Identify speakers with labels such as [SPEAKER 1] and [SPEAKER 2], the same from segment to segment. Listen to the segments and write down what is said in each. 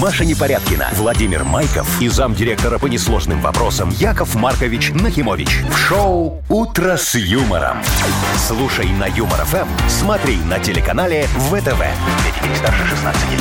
[SPEAKER 1] Маша Непорядкина, Владимир Майков и замдиректора по несложным вопросам Яков Маркович Нахимович. В шоу «Утро с юмором». Слушай на Юмор ФМ, смотри на телеканале ВТВ. Для детей старше 16 лет.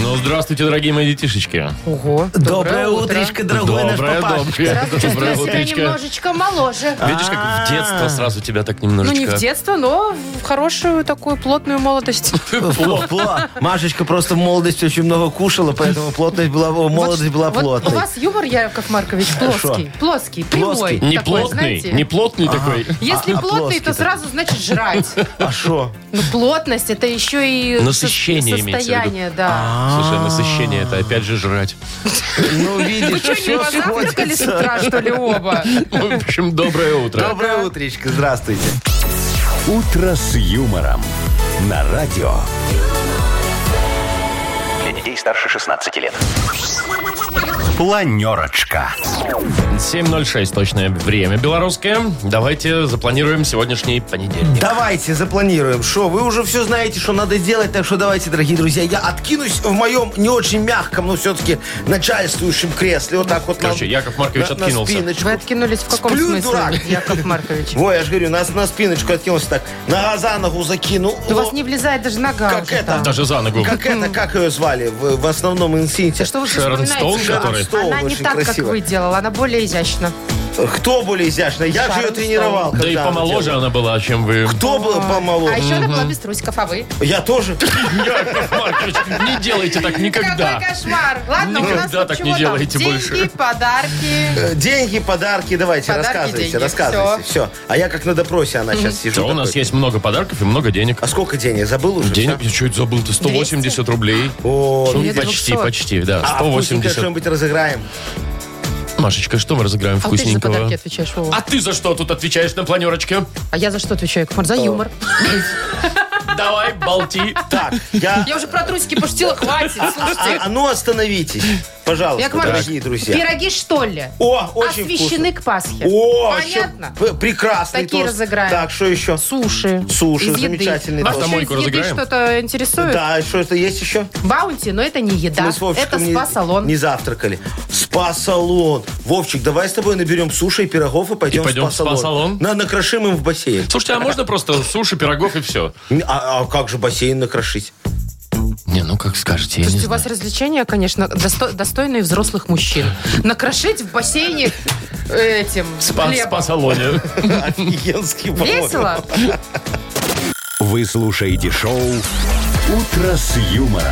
[SPEAKER 2] Ну, здравствуйте, дорогие мои детишечки.
[SPEAKER 3] Ого.
[SPEAKER 4] Доброе утречко, дорогой наш
[SPEAKER 2] Доброе,
[SPEAKER 4] папашечка.
[SPEAKER 2] доброе,
[SPEAKER 3] Сразу
[SPEAKER 2] доброе
[SPEAKER 3] чувствую себя
[SPEAKER 2] утречко.
[SPEAKER 3] немножечко моложе.
[SPEAKER 2] Видишь, как в детство сразу тебя так
[SPEAKER 3] Ну,
[SPEAKER 2] немножечко...
[SPEAKER 3] не в детство, но в хорошую такую плотную молодость.
[SPEAKER 4] Фу, пло. Машечка просто в молодости очень много кушала, поэтому плотность была, молодость
[SPEAKER 3] Вот-
[SPEAKER 4] была
[SPEAKER 3] вот У
[SPEAKER 4] плотной.
[SPEAKER 3] вас юмор, Яков Маркович, плоский. Плоский, прямой.
[SPEAKER 2] Не
[SPEAKER 3] такой,
[SPEAKER 2] плотный,
[SPEAKER 3] знаете.
[SPEAKER 2] не плотный такой.
[SPEAKER 3] Если
[SPEAKER 4] А, а
[SPEAKER 3] плотный, то
[SPEAKER 4] плоский-то?
[SPEAKER 3] сразу значит жрать.
[SPEAKER 4] А что?
[SPEAKER 3] Ну, плотность это еще и
[SPEAKER 2] Насыщение
[SPEAKER 3] сос-
[SPEAKER 2] имеется в виду.
[SPEAKER 3] состояние, да.
[SPEAKER 2] Слушай, насыщение это опять же жрать.
[SPEAKER 4] А, Ну,
[SPEAKER 3] Вы
[SPEAKER 4] видишь,
[SPEAKER 3] что, не
[SPEAKER 4] всё
[SPEAKER 3] позавтракали с
[SPEAKER 4] сходится.
[SPEAKER 3] утра, что ли, оба?
[SPEAKER 2] В общем, доброе утро.
[SPEAKER 4] Доброе утречко, здравствуйте.
[SPEAKER 1] «Утро с юмором» на радио. Для детей старше 16 лет. Планерочка.
[SPEAKER 2] 7.06 точное время белорусское. Давайте запланируем сегодняшний понедельник.
[SPEAKER 4] Давайте запланируем. Что, вы уже все знаете, что надо делать, так что давайте, дорогие друзья, я откинусь в моем не очень мягком, но все-таки начальствующем кресле. Вот так вот. на-
[SPEAKER 2] Короче, Яков Маркович
[SPEAKER 4] на- на
[SPEAKER 2] откинулся.
[SPEAKER 4] спиночку.
[SPEAKER 3] Вы откинулись в каком
[SPEAKER 4] Сплю,
[SPEAKER 3] смысле,
[SPEAKER 4] дурак.
[SPEAKER 3] Яков Маркович?
[SPEAKER 4] Во, я же говорю, нас на спиночку откинулся так. Нога за ногу закинул.
[SPEAKER 3] У вас
[SPEAKER 4] Во,
[SPEAKER 3] не влезает даже нога.
[SPEAKER 4] Как
[SPEAKER 3] уже
[SPEAKER 4] это?
[SPEAKER 3] там.
[SPEAKER 2] Даже за ногу.
[SPEAKER 4] Как это, как ее звали в, в основном инстинкте?
[SPEAKER 3] Да что вы все
[SPEAKER 2] Шерон
[SPEAKER 3] вспоминаете?
[SPEAKER 2] Стоун, который?
[SPEAKER 4] Стоун
[SPEAKER 3] Она не
[SPEAKER 4] очень
[SPEAKER 3] так,
[SPEAKER 4] красиво.
[SPEAKER 3] как вы делала, она более изящна.
[SPEAKER 4] Кто более изящный? Я же ее
[SPEAKER 3] Шарон
[SPEAKER 4] тренировал.
[SPEAKER 2] Да и
[SPEAKER 4] когда она
[SPEAKER 2] помоложе
[SPEAKER 4] делала.
[SPEAKER 2] она была, чем вы.
[SPEAKER 4] Кто был помоложе?
[SPEAKER 3] А еще она была без трусиков, а вы?
[SPEAKER 4] Я тоже.
[SPEAKER 2] Яков Маркович, не делайте так никогда.
[SPEAKER 3] Какой кошмар. Ладно, у нас
[SPEAKER 2] Никогда
[SPEAKER 3] тут
[SPEAKER 2] так
[SPEAKER 3] чего
[SPEAKER 2] не
[SPEAKER 3] там?
[SPEAKER 2] делайте
[SPEAKER 3] Деньги,
[SPEAKER 2] больше.
[SPEAKER 3] подарки.
[SPEAKER 4] Э, Деньги, подарки, давайте,
[SPEAKER 3] Подарки,
[SPEAKER 4] рассказывайте,
[SPEAKER 3] деньги,
[SPEAKER 4] рассказывайте. Все. А я как на допросе она сейчас сижу.
[SPEAKER 2] Да, у нас
[SPEAKER 4] такой.
[SPEAKER 2] есть много подарков и много денег.
[SPEAKER 4] А сколько денег? Забыл уже?
[SPEAKER 2] Денег?
[SPEAKER 4] всё?
[SPEAKER 2] Я чуть забыл, ты 180 рублей.
[SPEAKER 4] О,
[SPEAKER 2] Ну,
[SPEAKER 3] Нет,
[SPEAKER 2] почти,
[SPEAKER 3] 200.
[SPEAKER 2] почти, да.
[SPEAKER 4] а вкусненько
[SPEAKER 2] 180.
[SPEAKER 4] что-нибудь разыграем.
[SPEAKER 2] Машечка, что мы разыграем
[SPEAKER 3] А ты же за
[SPEAKER 2] вкусненького?
[SPEAKER 3] подарки отвечаешь, Вова.
[SPEAKER 2] А ты за что тут отвечаешь на планерочке?
[SPEAKER 3] А я за что отвечаю, Яков Маркович? За юмор.
[SPEAKER 2] Давай, болти.
[SPEAKER 4] Так, я...
[SPEAKER 3] Я уже про трусики пошутила, хватит,
[SPEAKER 4] А,
[SPEAKER 3] слушайте.
[SPEAKER 4] а ну остановитесь, пожалуйста,
[SPEAKER 3] Яков Маркович,
[SPEAKER 4] дорогие друзья.
[SPEAKER 3] пироги, что ли?
[SPEAKER 4] О, очень
[SPEAKER 3] Освещены к Пасхе.
[SPEAKER 4] вкусно. О, а
[SPEAKER 3] Понятно?
[SPEAKER 4] щё- п- прекрасный
[SPEAKER 3] Такие
[SPEAKER 4] тост.
[SPEAKER 3] разыграем.
[SPEAKER 4] Так, что еще?
[SPEAKER 3] Суши.
[SPEAKER 4] Суши,
[SPEAKER 3] Из еды.
[SPEAKER 4] замечательный
[SPEAKER 3] Вас
[SPEAKER 4] тост.
[SPEAKER 3] еще
[SPEAKER 2] Автомойку
[SPEAKER 3] из еды
[SPEAKER 2] разыграем?
[SPEAKER 3] что-то интересует?
[SPEAKER 4] Да, что это есть еще?
[SPEAKER 3] Баунти, но это не еда.
[SPEAKER 4] Мы с Вовчиком
[SPEAKER 3] Это
[SPEAKER 4] не-
[SPEAKER 3] спа-салон.
[SPEAKER 4] Не завтракали. Спа-салон. Вовчик, давай с тобой наберем суши и пирогов и пойдем,
[SPEAKER 2] И пойдем в
[SPEAKER 4] в спа-салон.
[SPEAKER 2] спа-салон?
[SPEAKER 4] На, накрошим им в бассейн.
[SPEAKER 2] Слушайте, а можно просто суши, пирогов и все?
[SPEAKER 4] А, а как же бассейн накрошить?
[SPEAKER 2] Не, ну как скажете, я не
[SPEAKER 3] Слушайте, у
[SPEAKER 2] знаю.
[SPEAKER 3] вас развлечения, конечно, досто- достойные взрослых мужчин. Накрошить в бассейне э, этим
[SPEAKER 2] Спа-
[SPEAKER 3] хлебом.
[SPEAKER 2] Спа-салоне.
[SPEAKER 4] Офигенский по-моему.
[SPEAKER 3] Весело?
[SPEAKER 1] Вы слушаете шоу «Утро с юмором»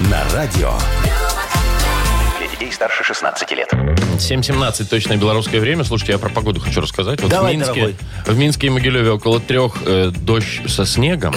[SPEAKER 1] на радио. Для детей старше 16 лет.
[SPEAKER 2] 7.17 точное белорусское время. Слушайте, я про погоду хочу рассказать. Вот
[SPEAKER 4] Давай,
[SPEAKER 2] в Минске,
[SPEAKER 4] дорогой.
[SPEAKER 2] в Минске и Могилеве около трех э, дождь со снегом.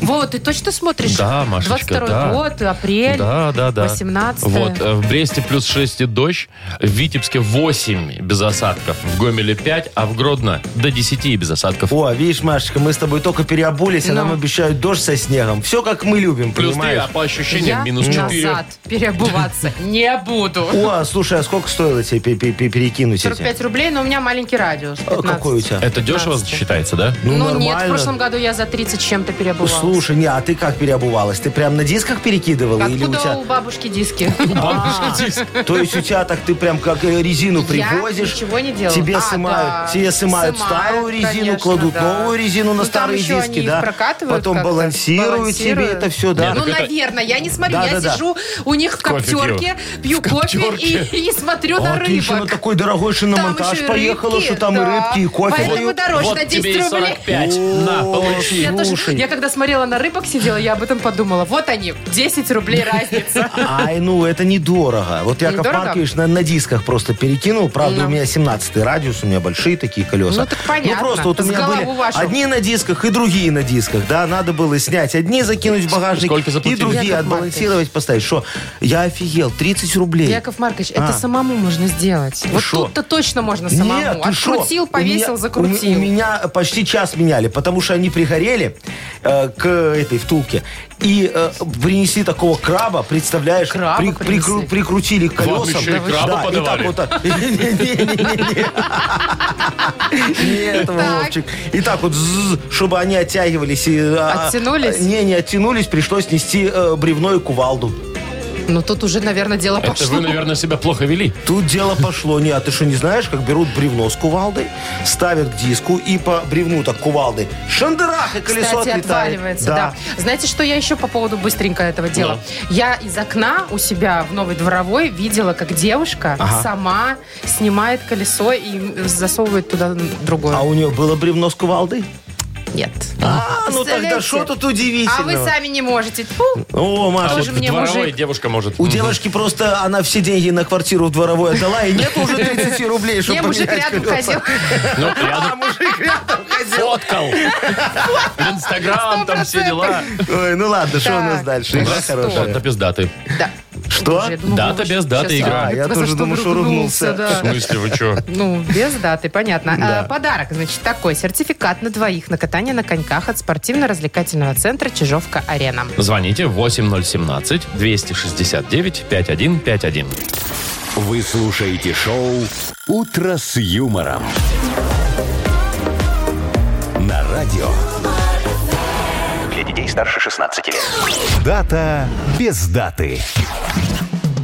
[SPEAKER 3] Вот, ты точно смотришь?
[SPEAKER 2] Да, Машечка,
[SPEAKER 3] 22
[SPEAKER 2] да.
[SPEAKER 3] год, апрель.
[SPEAKER 2] Да, да, да.
[SPEAKER 3] 18
[SPEAKER 2] Вот. э, В Бресте плюс 6 и дождь. В Витебске 8 без осадков. В Гомеле 5, а в Гродно до 10 без осадков.
[SPEAKER 4] О, видишь, Машечка, мы с тобой только переобулись,
[SPEAKER 3] Ну.
[SPEAKER 4] а нам обещают дождь со снегом. Все как мы любим,
[SPEAKER 2] Плюс 3,
[SPEAKER 4] понимаешь?
[SPEAKER 2] а по ощущениям
[SPEAKER 3] Я
[SPEAKER 2] минус 4.
[SPEAKER 3] назад переобуваться не буду.
[SPEAKER 4] О, слушай, а сколько стоило тебе пе- пе- пе- перекинуть эти?
[SPEAKER 3] 45 рублей, но у меня маленький радиус.
[SPEAKER 4] А
[SPEAKER 3] 15.
[SPEAKER 4] какой у тебя?
[SPEAKER 2] Это дешево считается, да?
[SPEAKER 3] Ну, нет, в
[SPEAKER 4] нормально.
[SPEAKER 3] прошлом году я за 30 с чем-то переобувалась.
[SPEAKER 4] Слушай, не, а ты как переобувалась? Ты прям на дисках перекидывала? или у
[SPEAKER 3] Откуда
[SPEAKER 4] тебя...
[SPEAKER 3] у бабушки диски? А,
[SPEAKER 2] Бабушка здесь.
[SPEAKER 4] То есть у тебя так ты прям как э, резину привозишь.
[SPEAKER 3] Я ничего не делала.
[SPEAKER 4] Тебе
[SPEAKER 3] А,
[SPEAKER 4] сымают,
[SPEAKER 3] да.
[SPEAKER 4] тебе сымают, старую резину,
[SPEAKER 3] конечно,
[SPEAKER 4] кладут
[SPEAKER 3] да.
[SPEAKER 4] новую резину на
[SPEAKER 3] Ну, там
[SPEAKER 4] старые
[SPEAKER 3] еще
[SPEAKER 4] диски,
[SPEAKER 3] они их
[SPEAKER 4] да.
[SPEAKER 3] прокатывают
[SPEAKER 4] Потом
[SPEAKER 3] как-то,
[SPEAKER 4] балансируют, тебе
[SPEAKER 3] балансируют.
[SPEAKER 4] это все, да.
[SPEAKER 3] Ну,
[SPEAKER 2] так это-
[SPEAKER 3] наверное, я не смотрю.
[SPEAKER 4] Да,
[SPEAKER 3] я
[SPEAKER 4] да, да.
[SPEAKER 3] сижу у них в
[SPEAKER 2] Кофе пью.
[SPEAKER 3] коптерке, пью кофе и,
[SPEAKER 2] коптерке.
[SPEAKER 3] и смотрю на
[SPEAKER 4] а ты еще на
[SPEAKER 3] рыбок.
[SPEAKER 4] такой дорогой шиномонтаж
[SPEAKER 3] еще и
[SPEAKER 4] поехала,
[SPEAKER 3] рыбки,
[SPEAKER 4] что там и
[SPEAKER 3] да.
[SPEAKER 4] рыбки, и кофе.
[SPEAKER 3] Поэтому
[SPEAKER 4] дают.
[SPEAKER 3] дороже, на
[SPEAKER 2] Вот тебе
[SPEAKER 3] 10
[SPEAKER 2] и
[SPEAKER 3] рублей.
[SPEAKER 2] 45. На, получи.
[SPEAKER 3] Я, тоже,
[SPEAKER 4] Слушай.
[SPEAKER 3] я когда смотрела на рыбок, сидела, я об этом подумала. Вот они, 10 рублей разница.
[SPEAKER 4] Ай, ну это недорого. Вот Яков
[SPEAKER 3] Недорого?
[SPEAKER 4] Маркович на, на дисках просто перекинул. Правда,
[SPEAKER 3] Ну.
[SPEAKER 4] у меня 17 радиус, у меня большие такие колеса.
[SPEAKER 3] Ну, так понятно.
[SPEAKER 4] Ну просто вот у
[SPEAKER 3] С
[SPEAKER 4] меня были
[SPEAKER 3] голову вашу.
[SPEAKER 4] одни на дисках и другие на дисках. Да, надо было снять одни, закинуть в багажник
[SPEAKER 2] сколько
[SPEAKER 4] и
[SPEAKER 2] заплатили?
[SPEAKER 4] другие
[SPEAKER 3] Яков
[SPEAKER 4] отбалансировать, поставить. Что? Я офигел. 30 30 рублей.
[SPEAKER 3] Яков Маркович, это самому можно сделать. Вот
[SPEAKER 2] шо?
[SPEAKER 3] тут-то точно можно самому.
[SPEAKER 4] А. Нет, ты шо?
[SPEAKER 3] Открутил,
[SPEAKER 4] У
[SPEAKER 3] повесил,
[SPEAKER 4] меня-
[SPEAKER 3] закрутил.
[SPEAKER 4] У, у меня почти час меняли, потому что они пригорели э, к этой втулке и э, принесли такого краба, представляешь?
[SPEAKER 3] Краба принесли?
[SPEAKER 4] прикру- прикрутили к
[SPEAKER 2] Вам
[SPEAKER 4] колесам.
[SPEAKER 2] еще и краба
[SPEAKER 4] да, и так
[SPEAKER 2] подавали?
[SPEAKER 4] вот так. Не-не-не-не-не. Нет, Вовчик. И так вот, ззз, чтобы они оттягивались. и, а,
[SPEAKER 3] Оттянулись?
[SPEAKER 4] Не, не оттянулись, пришлось нести э, бревно и кувалду.
[SPEAKER 3] Но Ну, тут уже, наверное, дело
[SPEAKER 2] Это
[SPEAKER 3] пошло.
[SPEAKER 2] вы, наверное, себя плохо вели.
[SPEAKER 4] Тут дело пошло. Не, а ты что, не знаешь, как берут бревно с кувалдой, ставят к диску и по бревну так кувалдой шандарах, и колесо
[SPEAKER 3] Кстати,
[SPEAKER 4] отлетает.
[SPEAKER 3] отваливается, да. Знаете, что я еще по поводу быстренько этого дела? Я из окна у себя в новой дворовой видела, как девушка сама снимает колесо и засовывает туда другое.
[SPEAKER 4] А у нее было бревно с кувалдой?
[SPEAKER 3] Нет.
[SPEAKER 4] А, ну тогда
[SPEAKER 3] Представляете?
[SPEAKER 4] что тут
[SPEAKER 3] А
[SPEAKER 4] удивительного?
[SPEAKER 3] вы сами не можете. Тьфу.
[SPEAKER 4] О,
[SPEAKER 2] А
[SPEAKER 4] Маша,
[SPEAKER 2] вот
[SPEAKER 3] Тоже
[SPEAKER 2] в
[SPEAKER 3] мне
[SPEAKER 2] дворовой
[SPEAKER 3] мужик.
[SPEAKER 2] девушка может.
[SPEAKER 4] у
[SPEAKER 2] Мгм.
[SPEAKER 4] девушки просто она все деньги на квартиру в дворовой отдала, и нет уже 30 рублей, чтобы
[SPEAKER 3] Я мужик
[SPEAKER 4] поменять
[SPEAKER 3] рядом
[SPEAKER 4] колеса.
[SPEAKER 3] ходил.
[SPEAKER 2] Ну, рядом
[SPEAKER 4] А, мужик рядом ходил.
[SPEAKER 2] фоткал. В Инстаграм, там все дела.
[SPEAKER 4] Ой, ну ладно, что у нас
[SPEAKER 3] Так.
[SPEAKER 4] дальше? Игра
[SPEAKER 3] Что?
[SPEAKER 4] хорошая.
[SPEAKER 2] Дата без даты.
[SPEAKER 3] Да.
[SPEAKER 4] Что?
[SPEAKER 3] Я думала,
[SPEAKER 2] Дата
[SPEAKER 3] Вова
[SPEAKER 2] без даты
[SPEAKER 3] сейчас-
[SPEAKER 2] игра.
[SPEAKER 4] А, я
[SPEAKER 3] за
[SPEAKER 4] тоже
[SPEAKER 3] что
[SPEAKER 4] думал, что ругнулся.
[SPEAKER 2] В
[SPEAKER 3] да.
[SPEAKER 2] смысле, вы что?
[SPEAKER 3] Ну, без даты, понятно.
[SPEAKER 4] Да.
[SPEAKER 3] А, Подарок, значит, такой. Сертификат на двоих на катание на коньках от спортивно-развлекательного центра «Чижовка-арена».
[SPEAKER 2] Звоните 8017-269-5151.
[SPEAKER 1] Вы слушаете шоу «Утро с юмором». На радио. Для детей старше 16 лет. Дата без даты.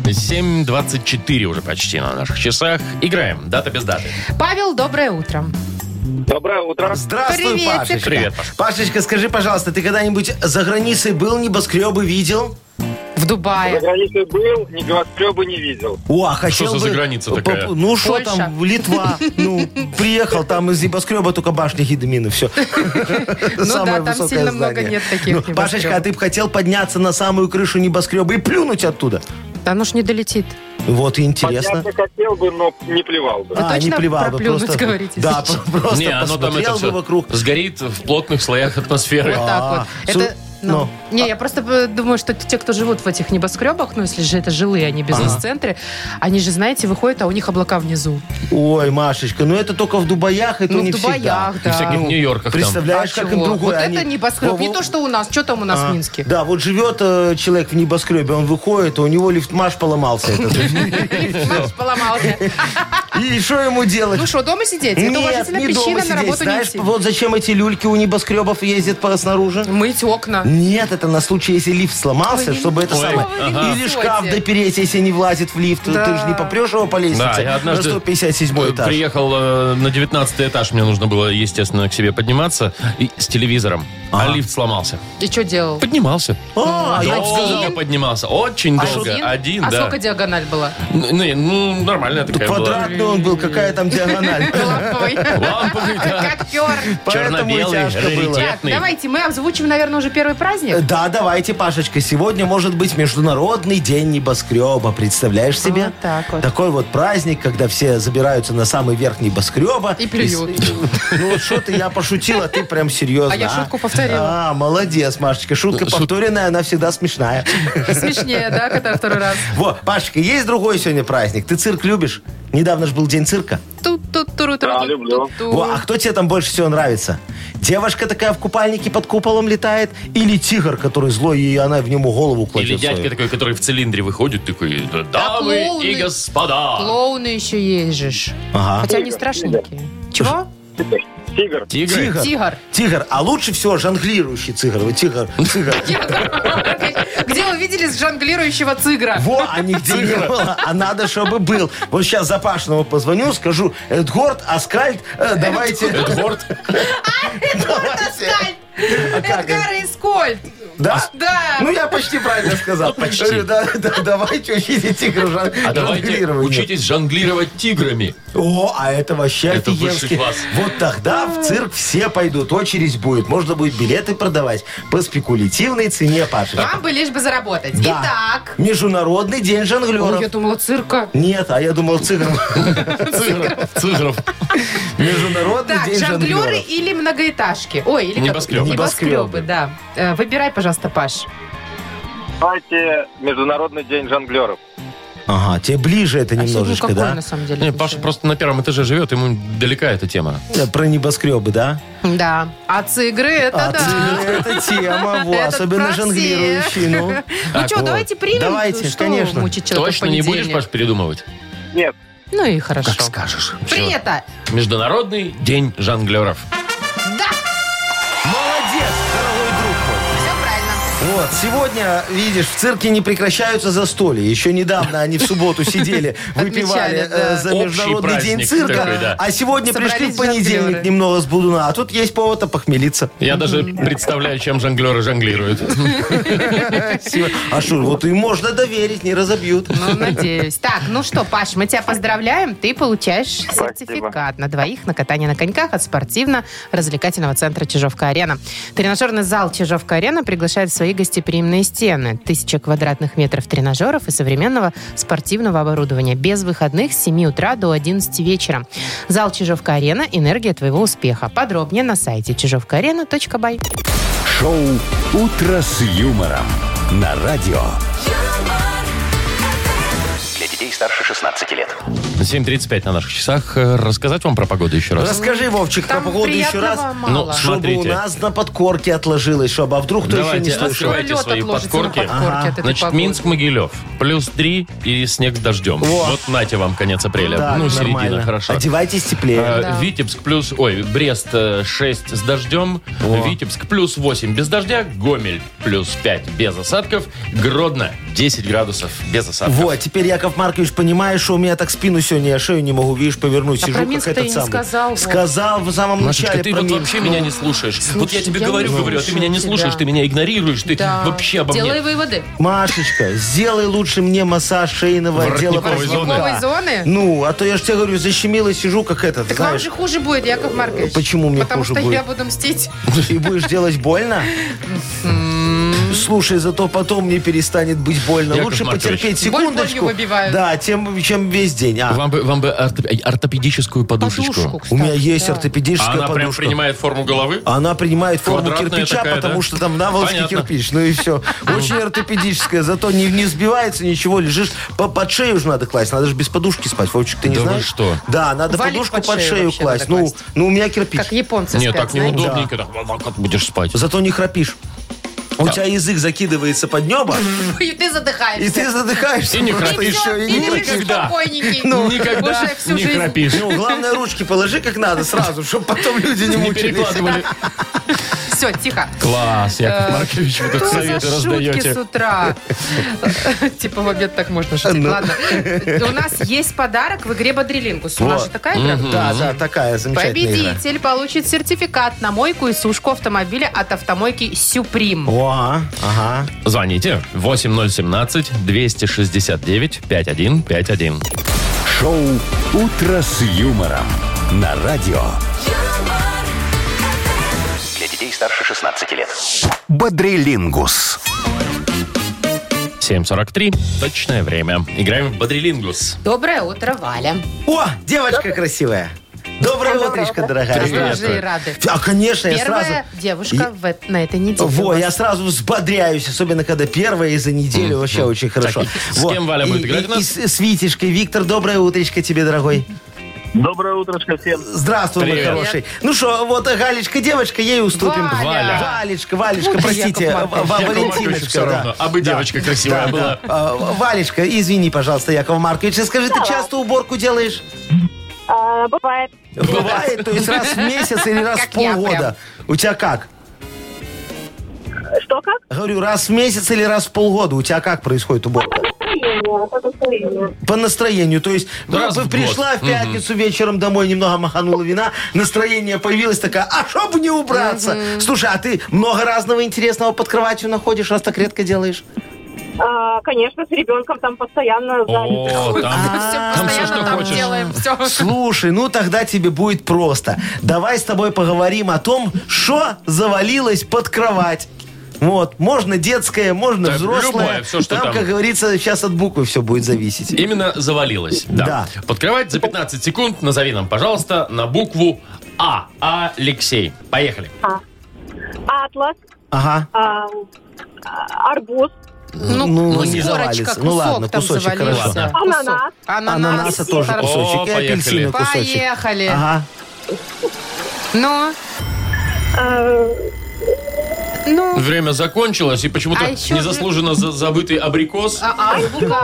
[SPEAKER 2] 7.24 уже почти на наших часах. Играем. Дата без даты.
[SPEAKER 3] Павел, доброе утро.
[SPEAKER 5] Доброе утро.
[SPEAKER 4] Здравствуй,
[SPEAKER 3] Приветик.
[SPEAKER 4] Пашечка.
[SPEAKER 2] Привет, Паш.
[SPEAKER 4] Пашечка, скажи, пожалуйста, ты когда-нибудь за границей был, небоскребы видел?
[SPEAKER 3] В
[SPEAKER 5] За
[SPEAKER 3] Дубае.
[SPEAKER 5] границей был, ни гвоздкреба не видел.
[SPEAKER 4] О, а хотел
[SPEAKER 2] Ну, Что за
[SPEAKER 4] бы-
[SPEAKER 2] заграница такая?
[SPEAKER 4] Поп- Ну, что там, Литва. Ну, приехал, там из небоскреба только башня Гедемина, все.
[SPEAKER 3] Ну да, там сильно много нет таких небоскребов.
[SPEAKER 4] Пашечка, а ты бы хотел подняться на самую крышу небоскреба и плюнуть оттуда?
[SPEAKER 3] Да ну ж не долетит.
[SPEAKER 4] Вот и интересно.
[SPEAKER 5] Подняться хотел бы, но не плевал бы.
[SPEAKER 3] Вы
[SPEAKER 4] А, не
[SPEAKER 3] точно
[SPEAKER 4] плевал
[SPEAKER 3] про
[SPEAKER 4] бы,
[SPEAKER 3] плюнуть
[SPEAKER 4] просто-
[SPEAKER 3] говорите
[SPEAKER 4] Да,
[SPEAKER 3] сейчас?
[SPEAKER 4] просто
[SPEAKER 2] Не, оно там это
[SPEAKER 4] посмотрел бы
[SPEAKER 2] все
[SPEAKER 4] вокруг.
[SPEAKER 2] сгорит в плотных слоях атмосферы.
[SPEAKER 3] Вот так
[SPEAKER 4] А,
[SPEAKER 3] вот. Это...
[SPEAKER 4] су-
[SPEAKER 3] ну,
[SPEAKER 4] ну.
[SPEAKER 3] Не, я просто э, думаю, что те, кто живут в этих небоскребах, ну, если же это жилые, они бизнес-центры, они же, знаете, выходят, а у них облака внизу.
[SPEAKER 4] Ой, Машечка, ну это только в Дубаях, это
[SPEAKER 3] Ну, в
[SPEAKER 4] не всегда.
[SPEAKER 3] Дубаях, да.
[SPEAKER 2] И всяких
[SPEAKER 3] Ну,
[SPEAKER 2] Нью-Йорках там.
[SPEAKER 4] Представляешь,
[SPEAKER 3] а
[SPEAKER 4] как им
[SPEAKER 3] чего? Вот
[SPEAKER 4] другое.
[SPEAKER 3] это
[SPEAKER 4] они-
[SPEAKER 3] небоскреб.
[SPEAKER 4] Во-
[SPEAKER 3] Не
[SPEAKER 4] во-
[SPEAKER 3] то, что у нас. Что там у нас в Минске?
[SPEAKER 4] Да, вот живет э, человек в небоскребе, он выходит, а у него лифтмаш поломался. этот.
[SPEAKER 3] Ну Маш поломался.
[SPEAKER 4] И что ему делать?
[SPEAKER 3] Ну что, дома сидеть?
[SPEAKER 4] Нет,
[SPEAKER 3] Это уважительная
[SPEAKER 4] не дома
[SPEAKER 3] причина на
[SPEAKER 4] сидеть.
[SPEAKER 3] работу не
[SPEAKER 4] Знаешь,
[SPEAKER 3] идти.
[SPEAKER 4] вот зачем эти люльки у небоскребов ездят по снаружи?
[SPEAKER 3] Мыть окна.
[SPEAKER 4] Нет, это на случай, если лифт сломался,
[SPEAKER 3] Ой,
[SPEAKER 4] чтобы это
[SPEAKER 3] что
[SPEAKER 4] самое...
[SPEAKER 3] вы несете?
[SPEAKER 4] Или шкаф допереть, если не влазит в лифт. Ты же не попрешь его по
[SPEAKER 2] Да,
[SPEAKER 4] лестнице
[SPEAKER 2] я однажды
[SPEAKER 4] на 157
[SPEAKER 2] э,
[SPEAKER 4] этаж.
[SPEAKER 2] приехал э, на 19 этаж, мне нужно было, естественно, к себе подниматься и с телевизором, а лифт сломался.
[SPEAKER 3] И что делал?
[SPEAKER 2] Поднимался.
[SPEAKER 4] А, я тебе
[SPEAKER 2] долго
[SPEAKER 4] сказал.
[SPEAKER 2] поднимался, очень долго.
[SPEAKER 3] Один?
[SPEAKER 2] Один,
[SPEAKER 3] а
[SPEAKER 2] да.
[SPEAKER 3] сколько диагональ была?
[SPEAKER 2] Ну, не, ну, нормальная такая была.
[SPEAKER 4] Квадратный он был, какая там диагональ.
[SPEAKER 3] Ламповый.
[SPEAKER 2] Ламповый, да.
[SPEAKER 3] Костер.
[SPEAKER 4] Поэтому и
[SPEAKER 2] Черно-белый,
[SPEAKER 4] тяжко было.
[SPEAKER 3] Так,
[SPEAKER 2] раритетный.
[SPEAKER 3] давайте мы озвучим, наверное, уже первый праздник.
[SPEAKER 4] Э, Да, давайте, Пашечка, сегодня может быть Международный день небоскреба. Представляешь себе?
[SPEAKER 3] Вот А, так вот.
[SPEAKER 4] Такой вот праздник, когда все забираются на самый верх небоскреба.
[SPEAKER 3] И плюют.
[SPEAKER 4] Ну что ты, я пошутила, ты прям серьезно.
[SPEAKER 3] А я шутку повторила.
[SPEAKER 4] А, молодец, Машечка. Шутка
[SPEAKER 2] Шут-
[SPEAKER 4] повторенная, она всегда смешная.
[SPEAKER 3] Смешнее, да, когда второй раз.
[SPEAKER 4] Во, Пашечка, есть другой сегодня праздник. Ты цирк любишь? Недавно же был день цирка.
[SPEAKER 3] Тут, тут, туру, туру,
[SPEAKER 5] Да,
[SPEAKER 3] тут,
[SPEAKER 5] люблю.
[SPEAKER 3] тут, тут.
[SPEAKER 4] Во, а кто тебе там больше всего нравится? Девушка такая в купальнике под куполом летает? Или тигр, который злой, и она в нему голову кладет?
[SPEAKER 2] Или дядька
[SPEAKER 4] свою?
[SPEAKER 2] такой, который в цилиндре выходит, такой, дамы
[SPEAKER 3] клоуны.
[SPEAKER 2] и господа.
[SPEAKER 3] Клоуны еще ежешь.
[SPEAKER 4] Ага.
[SPEAKER 3] Хотя они страшненькие. Чего?
[SPEAKER 5] Тигр.
[SPEAKER 2] Тигры.
[SPEAKER 4] Тигр.
[SPEAKER 3] Тигр.
[SPEAKER 4] Тигр, а лучше всего жонглирующий тигр. Вот тигр, тигр.
[SPEAKER 3] Где вы видели жонглирующего тигра?
[SPEAKER 4] Во, а нигде не было, а надо, чтобы был. Вот сейчас Запашному позвоню, скажу, Эдгорд, Аскальд, э, давайте...
[SPEAKER 2] Эдвард.
[SPEAKER 4] давайте».
[SPEAKER 3] Скальд.
[SPEAKER 4] А как это?
[SPEAKER 3] Эдгар и Скольд.
[SPEAKER 4] Да?
[SPEAKER 3] Да.
[SPEAKER 4] Ну, я почти правильно сказал.
[SPEAKER 2] Ну, почти.
[SPEAKER 4] Говорю, да, да, давайте учите тигра жон-
[SPEAKER 2] А давайте
[SPEAKER 4] жонглирование.
[SPEAKER 2] учитесь жонглировать тиграми.
[SPEAKER 4] О, а это вообще
[SPEAKER 2] Это высший
[SPEAKER 4] офигенски.
[SPEAKER 2] класс.
[SPEAKER 4] Вот тогда в цирк все пойдут, очередь будет. Можно будет билеты продавать по спекулятивной цене, Паша.
[SPEAKER 3] Вам бы лишь бы заработать. А, Итак.
[SPEAKER 4] Международный день
[SPEAKER 3] Ой,
[SPEAKER 4] жонглеров.
[SPEAKER 3] я думала, цирка.
[SPEAKER 4] Нет, а я думал цигр.
[SPEAKER 2] Тигров.
[SPEAKER 4] Международный
[SPEAKER 3] Так,
[SPEAKER 4] день
[SPEAKER 3] жонглеры
[SPEAKER 4] жонглеров.
[SPEAKER 3] или многоэтажки? Ой, или как-
[SPEAKER 2] Небоскребы.
[SPEAKER 4] Небоскребы.
[SPEAKER 3] Небоскребы, да. Э, Выбирай, пожалуйста, Паш.
[SPEAKER 5] Давайте Международный день жонглеров.
[SPEAKER 4] Ага, тебе ближе это
[SPEAKER 3] А сегодня
[SPEAKER 4] немножечко,
[SPEAKER 3] какой,
[SPEAKER 4] да?
[SPEAKER 3] на самом деле?
[SPEAKER 2] Не, Паша
[SPEAKER 3] случай?
[SPEAKER 2] просто на первом этаже живет, ему далека эта тема.
[SPEAKER 4] Да, Э, Про небоскребы, да?
[SPEAKER 3] Да. А цигры, это
[SPEAKER 4] А,
[SPEAKER 3] да.
[SPEAKER 4] ты- это тема, во,
[SPEAKER 3] Это
[SPEAKER 4] особенно
[SPEAKER 3] про всех.
[SPEAKER 4] жонглирующий. Ну.
[SPEAKER 3] Ну что,
[SPEAKER 4] вот.
[SPEAKER 3] давайте примем.
[SPEAKER 4] Давайте,
[SPEAKER 3] что
[SPEAKER 4] конечно.
[SPEAKER 3] мучить человека в
[SPEAKER 2] Точно не будешь,
[SPEAKER 3] понедельник?
[SPEAKER 2] Паш, передумывать?
[SPEAKER 5] Нет.
[SPEAKER 3] Ну и хорошо. а.
[SPEAKER 4] Как скажешь.
[SPEAKER 3] Принято.
[SPEAKER 2] Международный день жонглеров.
[SPEAKER 3] Да,
[SPEAKER 4] Молодец, дорогой друг мой.
[SPEAKER 3] все правильно.
[SPEAKER 4] Вот, сегодня, видишь, в цирке не прекращаются застолья. Еще недавно они в субботу сидели, выпивали
[SPEAKER 3] Отмечали, да.
[SPEAKER 4] э, за
[SPEAKER 2] Общий
[SPEAKER 4] Международный
[SPEAKER 2] праздник
[SPEAKER 4] день цирка.
[SPEAKER 2] такой, да.
[SPEAKER 4] А сегодня
[SPEAKER 3] Собрались
[SPEAKER 4] пришли в понедельник
[SPEAKER 3] жонглеры.
[SPEAKER 4] немного с Будуна. А тут есть повод опохмелиться.
[SPEAKER 2] Я даже представляю, чем жонглеры жонглируют.
[SPEAKER 4] Сего- А что, вот им можно доверить, не разобьют.
[SPEAKER 3] Ну, надеюсь. Так, ну что, Паш, мы тебя поздравляем. Ты получаешь сертификат на двоих на катание на коньках от спортивно-развлекательного центра «Чижовка-арена». Тренажерный зал «Чижовка-арена» приглашает в свои гостеприимные стены. Тысяча квадратных метров тренажеров и современного спортивного оборудования. Без выходных с 7 утра до 11 вечера. Зал «Чижовка-арена» – энергия твоего успеха. Подробнее на сайте чижовкаарена.бай.
[SPEAKER 1] Шоу «Утро с юмором» на радио.
[SPEAKER 6] Для детей старше 16 лет.
[SPEAKER 2] 7.35 на наших часах. Э, Рассказать вам про погоду еще раз?
[SPEAKER 4] Расскажи, Вовчик, про
[SPEAKER 3] Там
[SPEAKER 4] погоду еще
[SPEAKER 3] приятного
[SPEAKER 4] раз.
[SPEAKER 3] мало.
[SPEAKER 2] Ну,
[SPEAKER 4] Чтобы у
[SPEAKER 2] Смотрите.
[SPEAKER 4] нас на подкорке отложилось, чтобы, а вдруг кто еще
[SPEAKER 2] Давайте
[SPEAKER 4] не слышал.
[SPEAKER 2] открывайте
[SPEAKER 3] Лед
[SPEAKER 2] свои
[SPEAKER 3] отложится
[SPEAKER 2] подкорки.
[SPEAKER 3] на подкорке
[SPEAKER 4] Ага.
[SPEAKER 3] от этой
[SPEAKER 2] Значит,
[SPEAKER 3] погоды.
[SPEAKER 2] Минск-Могилев. Плюс 3 и снег с дождем.
[SPEAKER 4] Во.
[SPEAKER 2] Вот нате вам конец апреля.
[SPEAKER 4] Так,
[SPEAKER 2] ну, середина,
[SPEAKER 4] нормально.
[SPEAKER 2] хорошо.
[SPEAKER 4] Одевайтесь теплее.
[SPEAKER 2] Э,
[SPEAKER 3] Да.
[SPEAKER 2] Витебск плюс... Ой, Брест 6 с дождем. Витебск плюс 8 без дождя. Гомель плюс 5 без осадков. Гродно 10 градусов без осадков.
[SPEAKER 4] Вот, теперь, Яков Маркович, понимаешь, что у меня так спину сегодня, я шею не могу, видишь, повернуть,
[SPEAKER 3] А
[SPEAKER 4] сижу,
[SPEAKER 3] про
[SPEAKER 4] как
[SPEAKER 3] Минск-то
[SPEAKER 4] этот
[SPEAKER 3] и не
[SPEAKER 4] самый.
[SPEAKER 3] сказал, вот.
[SPEAKER 4] Сказал в самом
[SPEAKER 2] Машечка,
[SPEAKER 4] начале
[SPEAKER 2] ты
[SPEAKER 4] про
[SPEAKER 2] вот
[SPEAKER 4] Минск.
[SPEAKER 2] вообще
[SPEAKER 4] Ну,
[SPEAKER 2] меня не слушаешь. вот я тебе
[SPEAKER 3] я не
[SPEAKER 2] говорю, говорю, а ты
[SPEAKER 3] слушаю
[SPEAKER 2] меня не
[SPEAKER 3] тебя.
[SPEAKER 2] слушаешь, ты меня игнорируешь, ты вообще обо
[SPEAKER 3] А, Делай
[SPEAKER 2] мне...
[SPEAKER 3] выводы.
[SPEAKER 4] Машечка, сделай лучше мне массаж шейного отдела
[SPEAKER 2] Воротниковой зоны.
[SPEAKER 4] позвонка.
[SPEAKER 3] Воротниковой зоны?
[SPEAKER 4] Ну, а то я же тебе говорю, защемила, сижу, как этот,
[SPEAKER 3] Так вам
[SPEAKER 4] знаешь,
[SPEAKER 3] же хуже будет, Яков Маркович.
[SPEAKER 4] Почему мне
[SPEAKER 3] Потому
[SPEAKER 4] хуже
[SPEAKER 3] что
[SPEAKER 4] будет?
[SPEAKER 3] я буду мстить.
[SPEAKER 4] и будешь делать больно? Слушай, зато потом мне перестанет быть больно.
[SPEAKER 2] Яков
[SPEAKER 4] Лучше
[SPEAKER 2] Маркович.
[SPEAKER 4] потерпеть
[SPEAKER 3] Боль болью
[SPEAKER 4] секундочку.
[SPEAKER 3] выбивают.
[SPEAKER 4] Да, тем, чем весь день. А,
[SPEAKER 2] Вам бы, вам бы орто- ортопедическую подушечку.
[SPEAKER 3] Подушку,
[SPEAKER 4] у
[SPEAKER 3] кстати,
[SPEAKER 4] меня есть
[SPEAKER 3] да.
[SPEAKER 4] ортопедическая
[SPEAKER 2] А она прям
[SPEAKER 4] подушка. А.
[SPEAKER 2] принимает форму головы?
[SPEAKER 4] Она принимает форму
[SPEAKER 2] Квадратная
[SPEAKER 4] кирпича,
[SPEAKER 2] такая,
[SPEAKER 4] потому
[SPEAKER 2] да?
[SPEAKER 4] что там наволочки
[SPEAKER 2] Понятно.
[SPEAKER 4] кирпич. Ну и все. Очень ортопедическая. Зато не, не сбивается ничего. Лежишь по- под шею же надо класть. Надо же без подушки спать. Вовчик, ты не
[SPEAKER 2] Да вы
[SPEAKER 4] знаешь?
[SPEAKER 2] что?
[SPEAKER 4] Да, надо
[SPEAKER 3] Валик
[SPEAKER 4] подушку
[SPEAKER 3] под
[SPEAKER 4] под
[SPEAKER 3] шею
[SPEAKER 4] шею
[SPEAKER 3] вообще
[SPEAKER 4] класть.
[SPEAKER 3] надо
[SPEAKER 4] Ну,
[SPEAKER 3] класть.
[SPEAKER 4] ну, у меня кирпич.
[SPEAKER 3] Как японцы
[SPEAKER 2] Нет,
[SPEAKER 3] спят,
[SPEAKER 2] так
[SPEAKER 3] знаете.
[SPEAKER 2] неудобненько. так, «Ва, ва, как будешь спать.
[SPEAKER 4] Зато не храпишь. У тебя язык закидывается под небо,
[SPEAKER 3] И ты задыхаешься.
[SPEAKER 4] и ты задыхаешься.
[SPEAKER 2] И не
[SPEAKER 4] просто,
[SPEAKER 2] храпишь.
[SPEAKER 4] и всё, и не Ну,
[SPEAKER 2] И
[SPEAKER 4] храпишь.
[SPEAKER 2] никогда.
[SPEAKER 3] спокойненький.
[SPEAKER 2] Никогда
[SPEAKER 3] Уже всю
[SPEAKER 2] не
[SPEAKER 3] жизнь.
[SPEAKER 2] храпишь.
[SPEAKER 4] Ну, главное, ручки положи как надо сразу, чтобы потом люди не
[SPEAKER 2] Не
[SPEAKER 4] мучились.
[SPEAKER 2] перекладывали.
[SPEAKER 3] Все, тихо.
[SPEAKER 2] Класс, Яков Маркович, вы тут
[SPEAKER 3] Что Э, за
[SPEAKER 2] советы
[SPEAKER 3] шутки
[SPEAKER 2] раздаете.
[SPEAKER 3] с утра? Типа в обед так можно
[SPEAKER 4] Ну.
[SPEAKER 3] шутить. Ладно. У нас есть подарок в игре «Бодрилингус». У нас
[SPEAKER 4] Вот.
[SPEAKER 3] же такая игра?
[SPEAKER 4] Да, да, такая замечательная игра.
[SPEAKER 3] Победитель получит сертификат на мойку и сушку автомобиля от автомойки «Сюприм».
[SPEAKER 4] О, а? ага.
[SPEAKER 2] Звоните 8017-269-5151.
[SPEAKER 1] Шоу «Утро с юмором» на радио.
[SPEAKER 6] Для детей старше 16 лет.
[SPEAKER 1] Бодрилингус.
[SPEAKER 2] 7.43. Точное время. Играем в Бодрилингус.
[SPEAKER 3] Доброе утро, Валя.
[SPEAKER 4] О, девочка красивая. Доброе утречко, дорогая.
[SPEAKER 2] Привет.
[SPEAKER 3] Тоже и рады.
[SPEAKER 4] А, конечно, я
[SPEAKER 3] Первая
[SPEAKER 4] сразу...
[SPEAKER 3] девушка
[SPEAKER 4] Я-
[SPEAKER 3] в эт- на этой неделе.
[SPEAKER 4] Во, я сразу взбодряюсь, особенно когда первая и за неделю вообще очень хорошо.
[SPEAKER 2] и с
[SPEAKER 4] Во,
[SPEAKER 2] кем Валя
[SPEAKER 4] и-
[SPEAKER 2] будет играть
[SPEAKER 4] и-
[SPEAKER 2] у нас?
[SPEAKER 4] и с, с Витечкой. Виктор, доброе утречко тебе, дорогой.
[SPEAKER 5] Доброе утро всем.
[SPEAKER 4] Здравствуй,
[SPEAKER 2] Привет.
[SPEAKER 4] мой хороший. Ну что, вот э, Галечка, девочка, ей уступим.
[SPEAKER 3] Валя.
[SPEAKER 2] Валя.
[SPEAKER 4] Валечка, Валечка,
[SPEAKER 3] Ой,
[SPEAKER 4] простите,
[SPEAKER 3] Яков
[SPEAKER 4] Ва-
[SPEAKER 3] Маркович.
[SPEAKER 4] Ва-
[SPEAKER 2] Яков Маркович,
[SPEAKER 4] Валентиночка.
[SPEAKER 2] все равно.
[SPEAKER 4] да.
[SPEAKER 2] А бы девочка красивая была.
[SPEAKER 4] А, Валечка, извини, пожалуйста, Яков Маркович, и скажи, ты часто уборку делаешь?
[SPEAKER 7] А, бывает.
[SPEAKER 4] Бывает, то есть раз в месяц или раз в
[SPEAKER 3] Как я
[SPEAKER 4] полгода. У тебя как?
[SPEAKER 7] Что как?
[SPEAKER 4] Говорю, раз в месяц или раз в полгода. У тебя как происходит уборка?
[SPEAKER 7] Настроение, как настроение.
[SPEAKER 4] По настроению. То есть
[SPEAKER 2] Раз
[SPEAKER 4] ну,
[SPEAKER 2] в
[SPEAKER 4] пришла в
[SPEAKER 2] год.
[SPEAKER 4] пятницу вечером домой, немного маханула вина, настроение появилось такая, а что бы не убраться? Слушай, а ты много разного интересного под кроватью находишь, раз так редко делаешь?
[SPEAKER 7] А, конечно, с ребенком там постоянно заняты.
[SPEAKER 2] О, там...
[SPEAKER 3] Все,
[SPEAKER 2] Там всё,
[SPEAKER 3] постоянно
[SPEAKER 2] что
[SPEAKER 3] там
[SPEAKER 2] хочешь.
[SPEAKER 3] делаем. Все.
[SPEAKER 4] Слушай, ну тогда тебе будет просто. Давай с тобой поговорим о том, что завалилось под кровать. Вот, можно детское, можно
[SPEAKER 2] Да,
[SPEAKER 4] взрослое.
[SPEAKER 2] любое, всё, что там.
[SPEAKER 4] как говорится, сейчас от буквы все будет зависеть.
[SPEAKER 2] Именно завалилась. Да.
[SPEAKER 4] Да.
[SPEAKER 2] Под кровать за 15 секунд назови нам, пожалуйста, на букву А. Алексей. Поехали.
[SPEAKER 7] Атлас,
[SPEAKER 4] Ага.
[SPEAKER 7] а, а, арбуз,
[SPEAKER 3] Ну,
[SPEAKER 4] не
[SPEAKER 3] с корочка,
[SPEAKER 4] завалится.
[SPEAKER 3] кусок
[SPEAKER 4] Ну, ладно,
[SPEAKER 3] там
[SPEAKER 4] кусочек,
[SPEAKER 3] завалился.
[SPEAKER 4] хорошо.
[SPEAKER 3] Кусок.
[SPEAKER 7] Ананас.
[SPEAKER 4] Ананаса
[SPEAKER 3] Ананас.
[SPEAKER 4] тоже кусочек.
[SPEAKER 2] О,
[SPEAKER 4] и
[SPEAKER 2] поехали.
[SPEAKER 4] апельсина кусочек.
[SPEAKER 3] Поехали.
[SPEAKER 4] Ага.
[SPEAKER 3] Ну, А,
[SPEAKER 7] Э,
[SPEAKER 3] ну.
[SPEAKER 2] Время закончилось, и почему-то
[SPEAKER 3] А еще
[SPEAKER 2] незаслуженно за- забытый абрикос
[SPEAKER 3] А, азбука.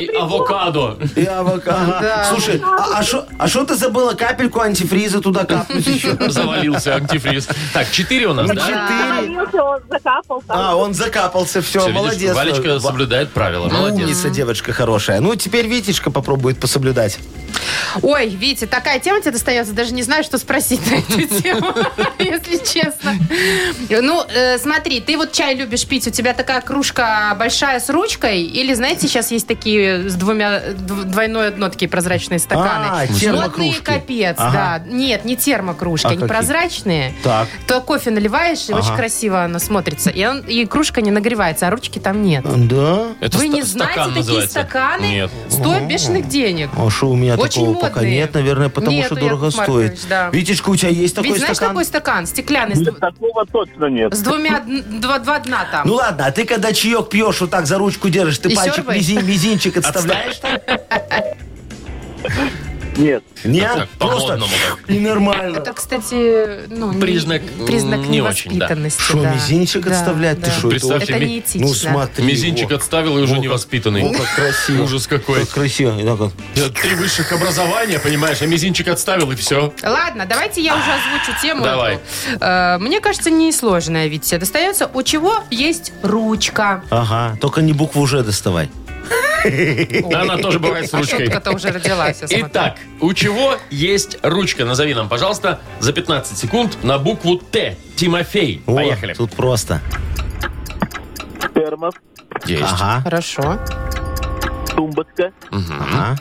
[SPEAKER 2] и авокадо.
[SPEAKER 4] И авокадо. Слушай, а- а что ты забыла капельку антифриза туда капнуть еще?
[SPEAKER 2] Завалился антифриз. Так, 4 у нас,
[SPEAKER 4] Ну,
[SPEAKER 2] да?
[SPEAKER 4] Четыре.
[SPEAKER 7] Завалился он, закапал там.
[SPEAKER 4] А, он закапался, все,
[SPEAKER 2] Всё, видишь,
[SPEAKER 4] молодец.
[SPEAKER 2] Валечка
[SPEAKER 4] Ва-
[SPEAKER 2] соблюдает правила.
[SPEAKER 4] Ну,
[SPEAKER 2] Молодец.
[SPEAKER 4] Умница, девочка хорошая. Ну, теперь Витечка попробует пособлюдать.
[SPEAKER 3] Ой, Витя, такая тема тебе достается, даже не знаю, что спросить на эту тему, если честно. Ну, э, смотри, ты вот чай любишь пить, у тебя такая кружка большая с ручкой, или, знаете, сейчас есть такие с двумя, дв- двойное дно, такие прозрачные
[SPEAKER 4] А,
[SPEAKER 3] стаканы. Модные
[SPEAKER 4] термокружки.
[SPEAKER 3] капец,
[SPEAKER 4] Ага.
[SPEAKER 3] да. Нет, не термокружки,
[SPEAKER 4] А
[SPEAKER 3] они
[SPEAKER 4] какие?
[SPEAKER 3] прозрачные.
[SPEAKER 4] Так.
[SPEAKER 3] То кофе наливаешь, и
[SPEAKER 4] Ага.
[SPEAKER 3] очень красиво оно смотрится. И, он, и кружка не нагревается, а ручки там нет.
[SPEAKER 4] Да?
[SPEAKER 2] Это
[SPEAKER 3] Вы
[SPEAKER 2] ста-
[SPEAKER 3] не знаете,
[SPEAKER 2] стакан
[SPEAKER 3] такие
[SPEAKER 2] называется.
[SPEAKER 3] стаканы
[SPEAKER 2] Нет.
[SPEAKER 3] стоят бешеных денег.
[SPEAKER 4] А что у меня
[SPEAKER 3] Очень
[SPEAKER 4] такого
[SPEAKER 3] модные.
[SPEAKER 4] пока нет, наверное, потому
[SPEAKER 3] Нету,
[SPEAKER 4] что дорого
[SPEAKER 3] Яков
[SPEAKER 4] стоит.
[SPEAKER 3] Маркович, да.
[SPEAKER 4] Витечка, у тебя есть такой
[SPEAKER 3] Ведь знаешь,
[SPEAKER 4] стакан?
[SPEAKER 3] такой стакан стеклянный
[SPEAKER 5] Нет,
[SPEAKER 3] с,
[SPEAKER 5] такого точно нет.
[SPEAKER 3] с двумя дн- два, два дна там.
[SPEAKER 4] Ну ладно, а ты когда чаек пьешь, вот так за ручку держишь, ты
[SPEAKER 3] И
[SPEAKER 4] пальчик
[SPEAKER 3] сёрбаешь?
[SPEAKER 4] мизин- мизинчик отставляешь?
[SPEAKER 5] Нет.
[SPEAKER 4] Нет,
[SPEAKER 2] Так,
[SPEAKER 4] просто
[SPEAKER 2] по-модному так.
[SPEAKER 4] и нормально.
[SPEAKER 3] это, кстати, ну, не-
[SPEAKER 2] Признак,
[SPEAKER 3] признак
[SPEAKER 2] м, не очень, да.
[SPEAKER 3] невоспитанности.
[SPEAKER 4] Что,
[SPEAKER 3] да.
[SPEAKER 4] мизинчик
[SPEAKER 3] Да,
[SPEAKER 4] отставлять? Ты
[SPEAKER 3] да.
[SPEAKER 4] что, это
[SPEAKER 2] Представьте,
[SPEAKER 3] Это
[SPEAKER 2] ми-
[SPEAKER 3] неэтично.
[SPEAKER 4] Ну смотри.
[SPEAKER 2] Мизинчик
[SPEAKER 4] во.
[SPEAKER 2] отставил и уже
[SPEAKER 4] Во,
[SPEAKER 2] невоспитанный.
[SPEAKER 4] Во, как красиво.
[SPEAKER 2] Ужас какой.
[SPEAKER 4] Как красиво. И так вот.
[SPEAKER 2] Три высших образования, понимаешь, а мизинчик отставил и все.
[SPEAKER 3] Ладно, давайте я уже озвучу тему.
[SPEAKER 2] Давай.
[SPEAKER 3] эту. Э, Мне кажется, несложная, ведь достается, у чего есть ручка.
[SPEAKER 4] Ага, только не букву уже доставай.
[SPEAKER 2] Да, она тоже бывает с
[SPEAKER 3] А
[SPEAKER 2] ручкой.
[SPEAKER 3] шутка-то уже родилась, я смотрю.
[SPEAKER 2] Итак, у чего есть ручка? Назови нам, пожалуйста, за 15 секунд на букву Т. Тимофей.
[SPEAKER 4] О,
[SPEAKER 2] Поехали.
[SPEAKER 4] Тут просто.
[SPEAKER 5] Термос,
[SPEAKER 2] Есть.
[SPEAKER 4] Ага,
[SPEAKER 3] Хорошо.
[SPEAKER 5] тумбочка,
[SPEAKER 4] ага.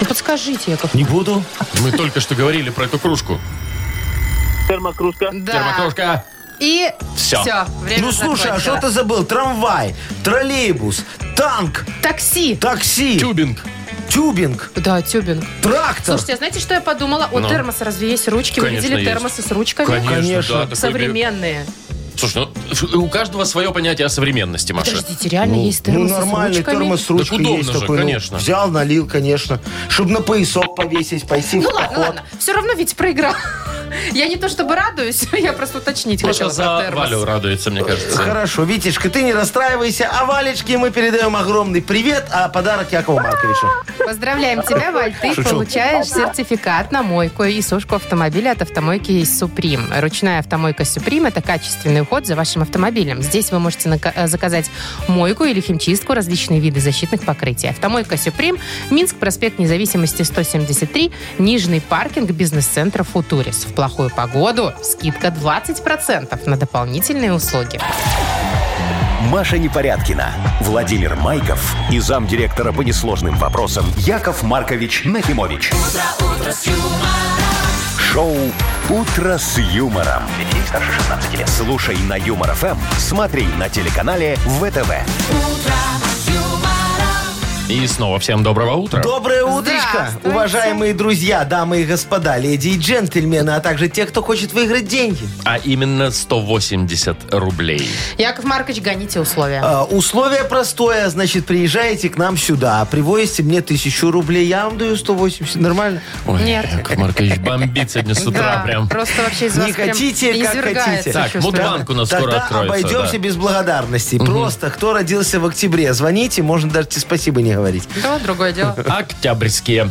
[SPEAKER 3] Ну подскажите, я как...
[SPEAKER 4] Не буду.
[SPEAKER 2] Мы только что говорили про эту кружку.
[SPEAKER 5] термокружка.
[SPEAKER 3] Да.
[SPEAKER 2] Термокружка.
[SPEAKER 3] И
[SPEAKER 2] Всё.
[SPEAKER 3] все. время
[SPEAKER 4] Ну слушай, а
[SPEAKER 3] закончилось.
[SPEAKER 4] что ты забыл? Трамвай, троллейбус, танк,
[SPEAKER 3] Такси.
[SPEAKER 4] такси,
[SPEAKER 2] Тюбинг.
[SPEAKER 4] тюбинг,
[SPEAKER 3] Да, тюбинг.
[SPEAKER 4] трактор.
[SPEAKER 3] Слушайте, а знаете, что я подумала? У
[SPEAKER 2] Ну.
[SPEAKER 3] термоса разве есть ручки? Вы
[SPEAKER 2] Конечно,
[SPEAKER 3] видели
[SPEAKER 2] есть.
[SPEAKER 3] термосы с ручками?
[SPEAKER 4] Конечно.
[SPEAKER 2] да, такой
[SPEAKER 3] Современные.
[SPEAKER 2] бе- Слушай, ну, ф- у каждого свое понятие о современности, Маша.
[SPEAKER 3] Подождите, реально есть
[SPEAKER 4] Ну,
[SPEAKER 3] термосы с
[SPEAKER 4] нормальный
[SPEAKER 3] ручками?
[SPEAKER 4] термос с ручкой
[SPEAKER 2] удобно
[SPEAKER 4] есть
[SPEAKER 2] же,
[SPEAKER 4] такой. ну,
[SPEAKER 2] конечно.
[SPEAKER 4] взял, налил, конечно. Чтобы на поясок повесить, пойти
[SPEAKER 3] Ну
[SPEAKER 4] в
[SPEAKER 3] ладно,
[SPEAKER 4] поход.
[SPEAKER 3] ладно. Все равно ведь проиграл. Я не то чтобы радуюсь, я просто уточнить
[SPEAKER 2] Маша а
[SPEAKER 3] хотела про
[SPEAKER 2] за Валю
[SPEAKER 3] термос. Э,
[SPEAKER 2] радуется, мне кажется.
[SPEAKER 4] Хорошо, Витишка, ты не расстраивайся. А Валечке мы передаем огромный привет, а подарок Якову Марковичу.
[SPEAKER 3] Поздравляем тебя, Валь. Ты
[SPEAKER 4] Шучу.
[SPEAKER 3] получаешь сертификат на мойку и сушку автомобиля от автомойки «Суприм». Ручная автомойка «Суприм» — это качественный уход за вашим автомобилем. Здесь вы можете нака- э, заказать мойку или химчистку, различные виды защитных покрытий. Автомойка «Суприм», Минск, проспект Независимости, 173, Нижний паркинг бизнес-центра «Футурис». В плохую погоду скидка 20% на дополнительные услуги.
[SPEAKER 1] Маша Непорядкина, Владимир Майков и замдиректора по несложным вопросам Яков Маркович Нахимович. Шоу Утро с юмором. Детей старше 16 лет. Слушай на юмор ФМ, смотри на телеканале ВТВ.
[SPEAKER 2] И снова всем доброго утра.
[SPEAKER 4] Доброе утречко,
[SPEAKER 3] Здравствуйте.
[SPEAKER 4] уважаемые друзья, дамы и господа, леди и джентльмены, а также те, кто хочет выиграть деньги.
[SPEAKER 2] А именно 180 рублей.
[SPEAKER 3] Яков Маркович, гоните условия.
[SPEAKER 4] А, Условие простое, значит, приезжаете к нам сюда, привозите мне тысячу рублей, я вам даю 180, нормально?
[SPEAKER 2] Ой,
[SPEAKER 3] Нет.
[SPEAKER 2] Яков Маркович бомбит сегодня с утра
[SPEAKER 3] Да,
[SPEAKER 2] прям.
[SPEAKER 3] Просто вообще из
[SPEAKER 4] Не
[SPEAKER 3] вас прям
[SPEAKER 4] хотите, как
[SPEAKER 3] извергается
[SPEAKER 4] хотите.
[SPEAKER 2] Так,
[SPEAKER 3] чувство.
[SPEAKER 2] Мудбанк у нас скоро
[SPEAKER 4] Тогда
[SPEAKER 2] откроется.
[SPEAKER 4] обойдемся
[SPEAKER 2] да.
[SPEAKER 4] без благодарностей. Просто, кто родился в октябре, звоните, можно даже тебе спасибо не говорить.
[SPEAKER 3] Да, другое дело.
[SPEAKER 2] Октябрьские.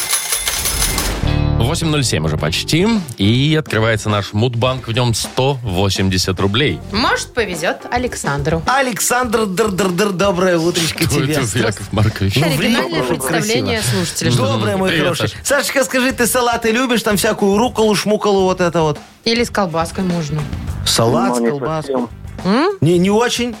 [SPEAKER 2] 8.07 уже почти. И открывается наш мудбанк. В нем 180 рублей.
[SPEAKER 3] Может, повезет Александру.
[SPEAKER 4] Александр, др др др доброе утречко
[SPEAKER 2] Кто
[SPEAKER 4] тебе.
[SPEAKER 2] это, Яков Маркович?
[SPEAKER 4] Ну,
[SPEAKER 3] Оригинальное
[SPEAKER 4] блин, красиво. Ну
[SPEAKER 3] представление слушателя. что-
[SPEAKER 4] Доброе, мой
[SPEAKER 2] Привет,
[SPEAKER 4] хороший.
[SPEAKER 2] Саш.
[SPEAKER 4] Сашечка, скажи, ты салаты любишь? Там всякую руколу, шмуколу, вот это вот.
[SPEAKER 3] Или с колбаской можно.
[SPEAKER 4] Салат
[SPEAKER 5] Но
[SPEAKER 4] с
[SPEAKER 5] Ну, не
[SPEAKER 4] колбаской.
[SPEAKER 5] совсем.
[SPEAKER 4] Не, не очень.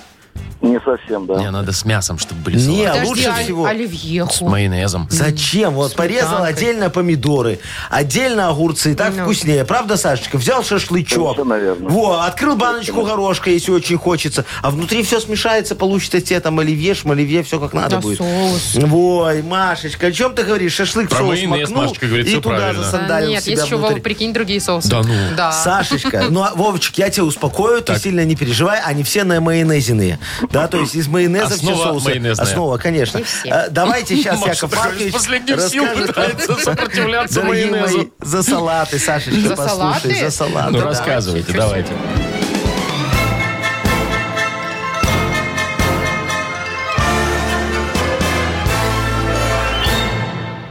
[SPEAKER 5] Не совсем, да.
[SPEAKER 2] Мне надо с мясом, чтобы были
[SPEAKER 4] Не,
[SPEAKER 2] салаты.
[SPEAKER 3] Подожди,
[SPEAKER 4] А лучше
[SPEAKER 3] оль-
[SPEAKER 4] всего...
[SPEAKER 3] оливьеху.
[SPEAKER 2] С майонезом.
[SPEAKER 4] Зачем? Вот порезал
[SPEAKER 3] сметанкой.
[SPEAKER 4] отдельно помидоры, отдельно огурцы, так
[SPEAKER 3] Ну.
[SPEAKER 4] вкуснее. Правда, Сашечка? Взял шашлычок.
[SPEAKER 5] Совершенно верно.
[SPEAKER 4] Во, открыл баночку горошка, если очень хочется. А внутри все смешается, получится тебе там оливье, шмоливье, все как надо
[SPEAKER 3] Да,
[SPEAKER 4] будет.
[SPEAKER 3] соус.
[SPEAKER 4] Ой, Машечка, о чем ты говоришь? Шашлык в
[SPEAKER 2] Про
[SPEAKER 4] соус
[SPEAKER 2] майонез,
[SPEAKER 4] макнул
[SPEAKER 2] Машечка говорит,
[SPEAKER 4] и
[SPEAKER 2] всё
[SPEAKER 4] туда
[SPEAKER 2] правильно.
[SPEAKER 3] Да
[SPEAKER 4] засандалил
[SPEAKER 3] нет,
[SPEAKER 4] себя
[SPEAKER 3] есть еще,
[SPEAKER 4] внутрь.
[SPEAKER 3] Вова, прикинь, другие соусы.
[SPEAKER 2] Да ну.
[SPEAKER 3] Да.
[SPEAKER 4] Сашечка, ну, а, Вовочек, я тебя успокою, ты сильно не переживай, они все на майонезиные. Да, то есть из майонеза
[SPEAKER 2] Основа
[SPEAKER 4] все соусы.
[SPEAKER 2] А майонезная. Ну,
[SPEAKER 4] Основа, конечно.
[SPEAKER 3] Не все.
[SPEAKER 4] А, Давайте сейчас
[SPEAKER 2] Маша
[SPEAKER 4] Яков
[SPEAKER 2] такая
[SPEAKER 4] Маркович
[SPEAKER 2] из последних сил
[SPEAKER 4] расскажет
[SPEAKER 2] пытается сопротивляться
[SPEAKER 4] Дорогие мои,
[SPEAKER 2] майонезу.
[SPEAKER 4] за салаты, Сашечка,
[SPEAKER 3] За
[SPEAKER 4] послушай,
[SPEAKER 3] салаты?
[SPEAKER 4] за салаты.
[SPEAKER 2] Ну,
[SPEAKER 4] да.
[SPEAKER 2] рассказывайте, давайте.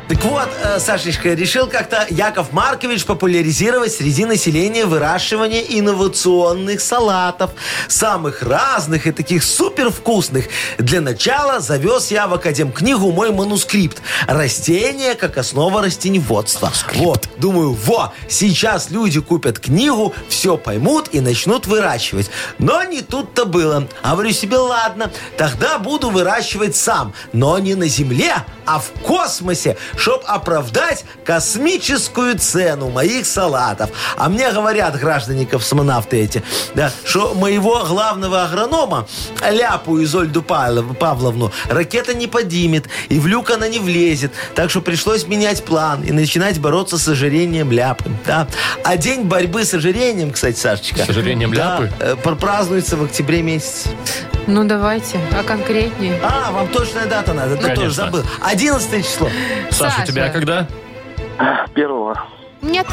[SPEAKER 4] Так вот, э, Сашечка, решил как-то Яков Маркович популяризировать среди населения выращивание инновационных салатов, самых разных и таких супер вкусных. Для начала завез я в Академ книгу мой манускрипт «Растения как основа растеневодства». Вот, думаю, во, сейчас люди купят книгу, все поймут и начнут выращивать. Но не тут-то было. А Говорю себе, ладно, тогда буду выращивать сам, но не на земле, а в космосе, чтобы оправдать космическую цену моих салатов. А мне говорят граждане космонавты эти, да, что моего главного агронома, Ляпу Изольду Павлов- Павловну, ракета не поднимет, и в люк она не влезет. Так что пришлось менять план и начинать бороться с ожирением ляпы. Да. А день борьбы с ожирением, кстати, Сашечка.
[SPEAKER 2] С ожирением
[SPEAKER 4] да,
[SPEAKER 2] ляпы?
[SPEAKER 4] э, пр- празднуется в октябре месяце.
[SPEAKER 3] Ну давайте, а конкретнее.
[SPEAKER 4] А, вам точная дата надо, ты
[SPEAKER 2] Конечно.
[SPEAKER 4] тоже забыл. 11 число.
[SPEAKER 2] Саша, у тебя
[SPEAKER 3] Саша.
[SPEAKER 2] когда?
[SPEAKER 5] Первого.
[SPEAKER 3] Нет.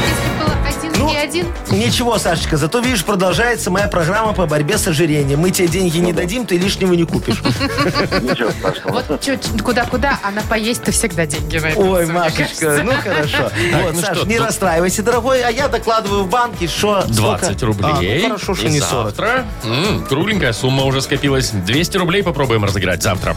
[SPEAKER 3] Если было один
[SPEAKER 4] Ну,
[SPEAKER 3] и один,
[SPEAKER 4] Ничего, Сашечка, зато, видишь, продолжается моя программа по борьбе с ожирением. Мы тебе деньги не дадим, ты лишнего не купишь.
[SPEAKER 5] Ничего страшного.
[SPEAKER 3] вот чё- чё- куда-куда, а на поесть-то всегда деньги найдутся,
[SPEAKER 4] Ой,
[SPEAKER 3] мне
[SPEAKER 4] Машечка,
[SPEAKER 3] кажется.
[SPEAKER 4] ну хорошо. Вот,
[SPEAKER 2] ну
[SPEAKER 4] Саш,
[SPEAKER 2] что,
[SPEAKER 4] не
[SPEAKER 2] тут-
[SPEAKER 4] расстраивайся, дорогой, а я докладываю в банке, что... А, ну
[SPEAKER 2] 20 рублей.
[SPEAKER 4] хорошо, что
[SPEAKER 2] И
[SPEAKER 4] не 40.
[SPEAKER 2] завтра. м, кругленькая сумма уже скопилась. 200 рублей попробуем разыграть завтра.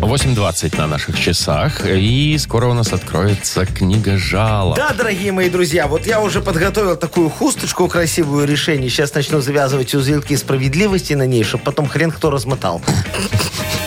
[SPEAKER 2] 8.20 на наших часах. И скоро у нас откроется книга жалоб.
[SPEAKER 4] Да, дорогие мои друзья, вот я уже подготовил такую хусточку красивую решение. Сейчас начну завязывать узелки справедливости на ней, чтобы потом хрен кто размотал.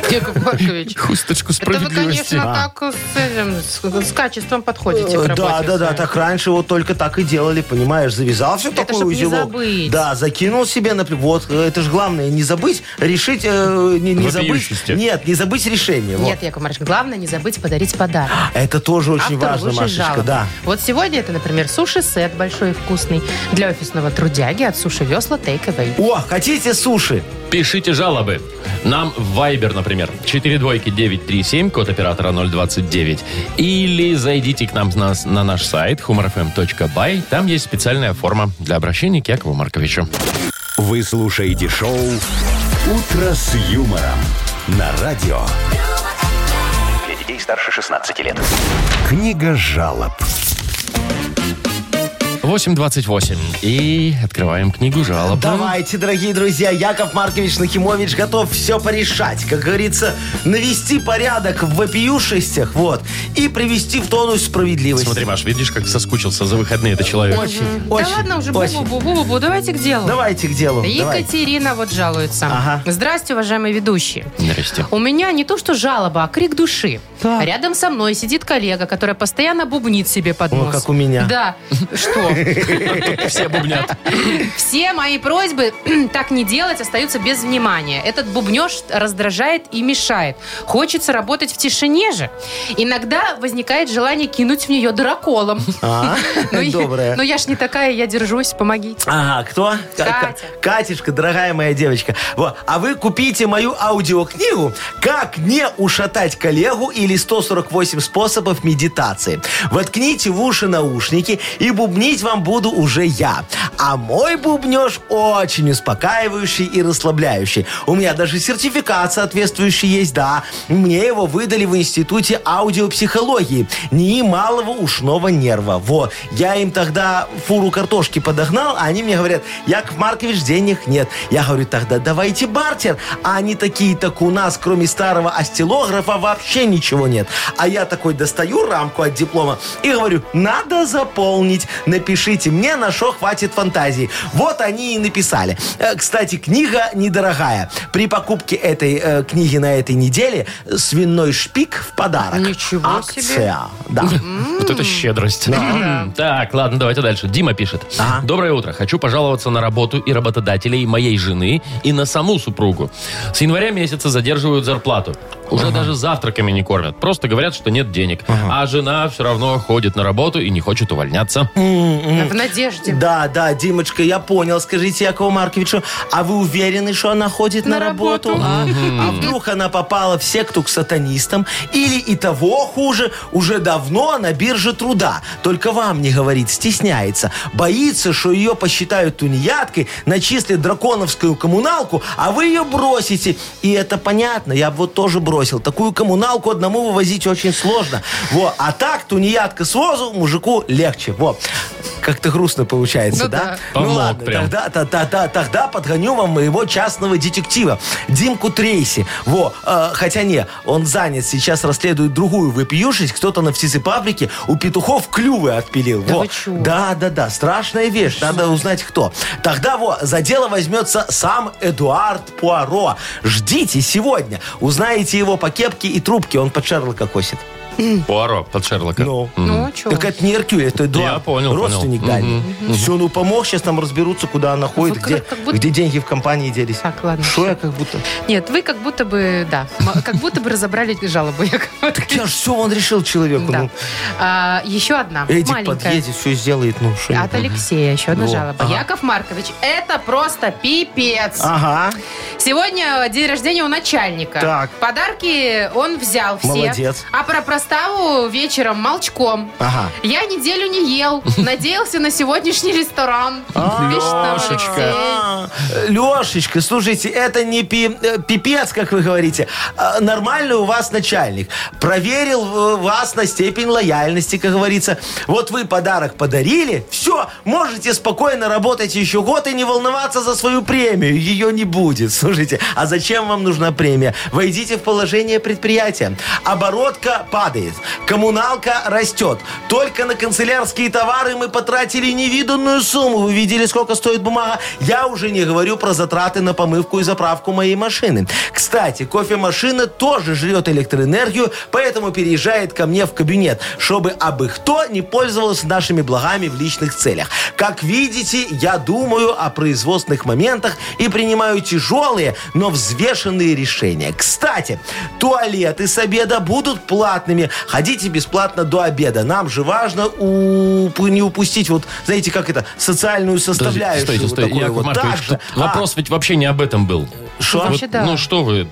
[SPEAKER 3] Яков Маркович,
[SPEAKER 2] Хусточку
[SPEAKER 3] это вы,
[SPEAKER 2] справедливости.
[SPEAKER 3] конечно, так с, этим, с- с качеством подходите к
[SPEAKER 4] Э,
[SPEAKER 3] работе
[SPEAKER 4] Да, да, да,
[SPEAKER 3] своей.
[SPEAKER 4] так раньше вот только так и делали, понимаешь, завязал все
[SPEAKER 3] Это
[SPEAKER 4] такой
[SPEAKER 3] чтоб не
[SPEAKER 4] узелок.
[SPEAKER 3] забыть.
[SPEAKER 4] Да, закинул себе на пл- Вот, э, это же главное, не забыть решить, э, не, не забыть.
[SPEAKER 2] Вопиющести.
[SPEAKER 4] Нет, не забыть решение. вот.
[SPEAKER 3] Нет, Яков Маркович, главное не забыть подарить подарок.
[SPEAKER 4] Это тоже очень
[SPEAKER 3] Автор
[SPEAKER 4] важно,
[SPEAKER 3] лучшей
[SPEAKER 4] Машечка,
[SPEAKER 3] жалобы.
[SPEAKER 4] да.
[SPEAKER 3] Вот сегодня это, например, суши-сет большой и вкусный для офисного трудяги от суши-весла Take Away.
[SPEAKER 4] О, хотите суши?
[SPEAKER 2] Пишите жалобы. Нам в Viber, например, 42937, код оператора 029. Или зайдите к нам на, на наш сайт humorfm.by. Там есть специальная форма для обращения к Якову Марковичу.
[SPEAKER 1] Вы слушаете шоу «Утро с юмором» на радио.
[SPEAKER 6] Для детей старше 16 лет.
[SPEAKER 1] Книга жалоб.
[SPEAKER 2] 8.28. И открываем книгу жалоб.
[SPEAKER 3] Ну.
[SPEAKER 4] Давайте, дорогие друзья, Яков Маркович Нахимович готов все порешать. Как говорится, навести порядок в вопиюшестях, вот, и привести в тонус справедливость.
[SPEAKER 2] Смотри, Маш, видишь, как соскучился за выходные это человек.
[SPEAKER 4] Очень,
[SPEAKER 3] да
[SPEAKER 4] очень,
[SPEAKER 3] ладно уже,
[SPEAKER 4] очень.
[SPEAKER 3] бу-бу-бу-бу-бу, давайте к делу.
[SPEAKER 4] Давайте к делу. давайте.
[SPEAKER 3] Екатерина вот жалуется.
[SPEAKER 4] Ага.
[SPEAKER 3] Здрасте, уважаемые ведущие.
[SPEAKER 2] Здрасте.
[SPEAKER 3] У меня не то что жалоба, а крик души. Рядом со мной сидит коллега, которая постоянно бубнит себе под
[SPEAKER 4] О,
[SPEAKER 3] нос.
[SPEAKER 4] как у меня.
[SPEAKER 3] Да. Что?
[SPEAKER 2] Все бубнят.
[SPEAKER 3] Все мои просьбы так не делать остаются без внимания. Этот бубнеж раздражает и мешает. Хочется работать в тишине же. Иногда возникает желание кинуть в нее драколом.
[SPEAKER 4] А,
[SPEAKER 3] Ну, я-
[SPEAKER 4] добрая.
[SPEAKER 3] Ну я ж не такая, я держусь, помогите.
[SPEAKER 4] Ага, кто? К-
[SPEAKER 3] Катя.
[SPEAKER 4] К- Катюшка, дорогая моя девочка. Вот. А вы купите мою аудиокнигу «Как не ушатать коллегу» или «148 способов медитации». Воткните в уши наушники и бубнить вам буду уже я. А мой бубнеж очень успокаивающий и расслабляющий. У меня даже сертификат соответствующий есть, да. Мне его выдали в Институте аудиопсихологии. НИИ малого ушного нерва. Вот. Я им тогда фуру картошки подогнал, а они мне говорят, Яков Маркович, денег нет. Я говорю, тогда давайте бартер. А они такие, так у нас, кроме старого остилографа, вообще ничего нет. А я такой достаю рамку от диплома и говорю, надо заполнить. Напишите мне, на что хватит фантазии. Вот они и написали. Э, Кстати, книга недорогая. При покупке этой э, книги на этой неделе свиной шпик в подарок.
[SPEAKER 3] Ничего
[SPEAKER 4] Акция.
[SPEAKER 3] себе.
[SPEAKER 4] Да.
[SPEAKER 2] Вот это щедрость. М, Так, ладно, давайте дальше. Дима пишет.
[SPEAKER 4] Ага.
[SPEAKER 2] Доброе утро. Хочу пожаловаться на работу и работодателей моей жены и на саму супругу. С января месяца задерживают зарплату. Уже даже завтраками не кормят. Просто говорят, что нет денег. А жена все равно ходит на работу и не хочет увольняться.
[SPEAKER 3] В надежде.
[SPEAKER 4] Да, да, Димочка, я понял. Скажите Якову Марковичу, а вы уверены, что она ходит на,
[SPEAKER 3] На работу.
[SPEAKER 4] работу? А? А вдруг она попала в секту к сатанистам? Или и того хуже, уже давно на бирже труда. Только вам не говорит, стесняется. Боится, что ее посчитают тунеядкой, начислят драконовскую коммуналку, а вы ее бросите. И это понятно, я бы вот тоже бросил. Такую коммуналку одному вывозить очень сложно. Во, а так тунеядка с возу мужику легче. Во. Как-то грустно получается,
[SPEAKER 3] Ну да.
[SPEAKER 4] да?
[SPEAKER 2] Помог
[SPEAKER 4] ну ладно,
[SPEAKER 2] прям.
[SPEAKER 4] тогда, та- та- та- тогда подгоню вам моего частного детектива, Димку Трейси. Во, э, хотя не, он занят, сейчас расследует другую выпиюшись, кто-то на птицепаблике у петухов клювы отпилил.
[SPEAKER 3] Да
[SPEAKER 4] Во.
[SPEAKER 3] вы чё?
[SPEAKER 4] да, да, да, страшная вещь, надо узнать кто. Тогда во, за дело возьмется сам Эдуард Пуаро. Ждите сегодня, узнаете его по кепке и трубке, он под Шерлока косит.
[SPEAKER 2] Пуаро под Шерлока.
[SPEAKER 4] Ну.
[SPEAKER 3] Ну, что?
[SPEAKER 4] Так это не Эркюль, это Эдуард.
[SPEAKER 2] Я понял,
[SPEAKER 4] Родственник
[SPEAKER 2] понял.
[SPEAKER 4] дальний. Все, ну помог, сейчас там разберутся, куда она ходит,
[SPEAKER 3] Ну, как-
[SPEAKER 4] где,
[SPEAKER 3] как будто-
[SPEAKER 4] где деньги в компании делись.
[SPEAKER 3] Так, ладно.
[SPEAKER 4] Что я как будто...
[SPEAKER 3] Нет, вы как будто бы, да, м- как будто бы разобрали жалобу. Яков Маркович.
[SPEAKER 4] Я ж все, он решил человеку.
[SPEAKER 3] Да.
[SPEAKER 4] Ну,
[SPEAKER 3] А, еще одна,
[SPEAKER 4] Эдик
[SPEAKER 3] маленькая.
[SPEAKER 4] подъедет, все сделает, ну что
[SPEAKER 3] От Алексея еще одна
[SPEAKER 4] Во,
[SPEAKER 3] жалоба.
[SPEAKER 4] ага.
[SPEAKER 3] Яков Маркович, это просто пипец.
[SPEAKER 4] Ага,
[SPEAKER 3] Сегодня день рождения у начальника.
[SPEAKER 4] Так.
[SPEAKER 3] Подарки он взял все.
[SPEAKER 4] Молодец. А.
[SPEAKER 3] А про проставу вечером молчком.
[SPEAKER 4] ага.
[SPEAKER 3] Я неделю не ел. Надеялся на сегодняшний ресторан.
[SPEAKER 4] А,
[SPEAKER 3] Пишет нам
[SPEAKER 2] Лешечка.
[SPEAKER 3] Алексей.
[SPEAKER 4] Лешечка, Э, слушайте, это не пи- э, пипец, как вы говорите. А, Нормальный у вас начальник. Проверил э, вас на степень лояльности, как говорится. Вот вы подарок подарили, все, можете спокойно работать еще год и не волноваться за свою премию. Ее не будет, слушайте. А зачем вам нужна премия? Войдите в положение предприятия. Оборотка падает, коммуналка растет. Только на канцелярские товары мы потратили невиданную сумму. Вы видели, сколько стоит бумага? Я уже не говорю про затраты на помывку и заправку моей машины. Кстати, кофемашина тоже жрет электроэнергию, поэтому переезжает ко мне в кабинет, чтобы абы кто не пользовался нашими благами в личных целях. Как видите, я думаю о производственных моментах и принимаю тяжелые, но взвешенные решения. Кстати, туалеты с обеда будут платными. Ходите бесплатно до обеда. Нам же важно уп- не упустить, вот знаете, как это, социальную
[SPEAKER 2] Подожди,
[SPEAKER 4] составляющую.
[SPEAKER 2] стойте,
[SPEAKER 4] вот
[SPEAKER 2] стойте.
[SPEAKER 4] такую
[SPEAKER 2] Яков
[SPEAKER 4] вот.
[SPEAKER 2] Маркович,
[SPEAKER 4] Так же. А.
[SPEAKER 2] тут вопрос ведь вообще не об этом был.
[SPEAKER 4] Шо?
[SPEAKER 2] Вот,
[SPEAKER 3] Вообще да.
[SPEAKER 2] Ну что вы,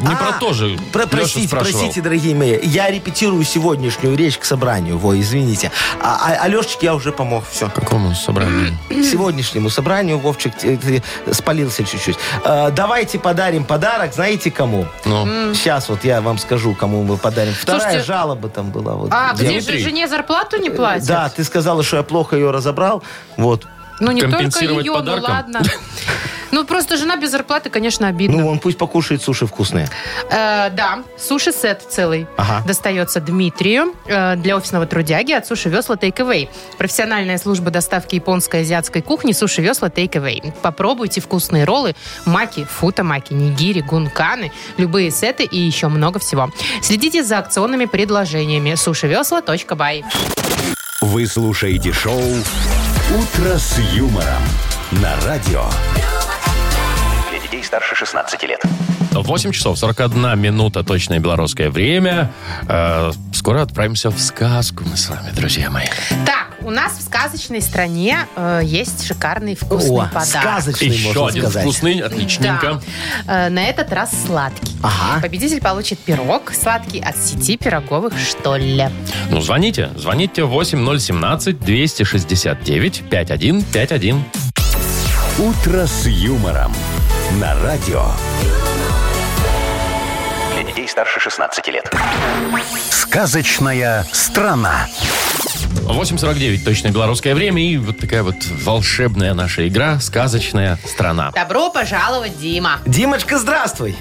[SPEAKER 2] не
[SPEAKER 4] А,
[SPEAKER 2] про то же.
[SPEAKER 4] про-
[SPEAKER 2] Леша
[SPEAKER 4] простите,
[SPEAKER 2] спрашивал.
[SPEAKER 4] простите, дорогие мои. Я репетирую сегодняшнюю речь к собранию. Во, извините. А, а- Алешечке я уже помог. Все.
[SPEAKER 2] Какому собранию?
[SPEAKER 4] К сегодняшнему собранию, Вовчик, э, ты спалился чуть-чуть. Э, давайте подарим подарок, знаете кому?
[SPEAKER 2] Ну,
[SPEAKER 4] Сейчас вот я вам скажу, кому мы подарим. Вторая
[SPEAKER 3] Слушайте,
[SPEAKER 4] жалоба там была. Вот.
[SPEAKER 3] А,
[SPEAKER 4] Где-
[SPEAKER 3] где
[SPEAKER 2] Внутри.
[SPEAKER 3] же жене зарплату не платят?
[SPEAKER 4] Да, ты сказала, что я плохо ее разобрал. Вот.
[SPEAKER 3] Ну, не только
[SPEAKER 2] Компенсировать
[SPEAKER 3] ее, ну
[SPEAKER 2] подарком?
[SPEAKER 3] ладно. Ну, просто жена без зарплаты, конечно, обидно.
[SPEAKER 4] Ну, он пусть покушает суши вкусные.
[SPEAKER 3] Э, да, суши-сет целый
[SPEAKER 4] Ага.
[SPEAKER 3] достается Дмитрию э, для офисного трудяги от Суши Весла Takeaway. Профессиональная служба доставки японской и азиатской кухни Суши Весла Takeaway. Попробуйте вкусные роллы, маки, футамаки, нигири, гунканы, любые сеты и еще много всего. Следите за акционными предложениями сушивесла.бай.
[SPEAKER 1] Вы слушаете шоу «Утро с юмором» на радио.
[SPEAKER 6] Для детей старше 16 лет.
[SPEAKER 2] 8 часов 41 минута, точное белорусское время. Э, скоро отправимся в сказку мы с вами, друзья мои.
[SPEAKER 3] Так, у у нас в сказочной стране э, есть шикарный вкусный
[SPEAKER 4] О,
[SPEAKER 3] подарок.
[SPEAKER 4] сказочный,
[SPEAKER 2] Еще
[SPEAKER 4] можно
[SPEAKER 2] один
[SPEAKER 4] сказать.
[SPEAKER 2] вкусный, отличненько.
[SPEAKER 3] Да. Э, На этот раз сладкий.
[SPEAKER 4] Ага.
[SPEAKER 3] Победитель получит пирог сладкий от сети пироговых «Что ли».
[SPEAKER 2] Ну, звоните. Звоните 8017-269-5151.
[SPEAKER 1] «Утро с юмором» на радио.
[SPEAKER 6] Для детей старше 16 лет.
[SPEAKER 1] Сказочная страна.
[SPEAKER 2] 8.49, точное белорусское время. И вот такая вот волшебная наша игра «Сказочная страна».
[SPEAKER 3] Добро пожаловать, Дима.
[SPEAKER 4] Димочка, здравствуй.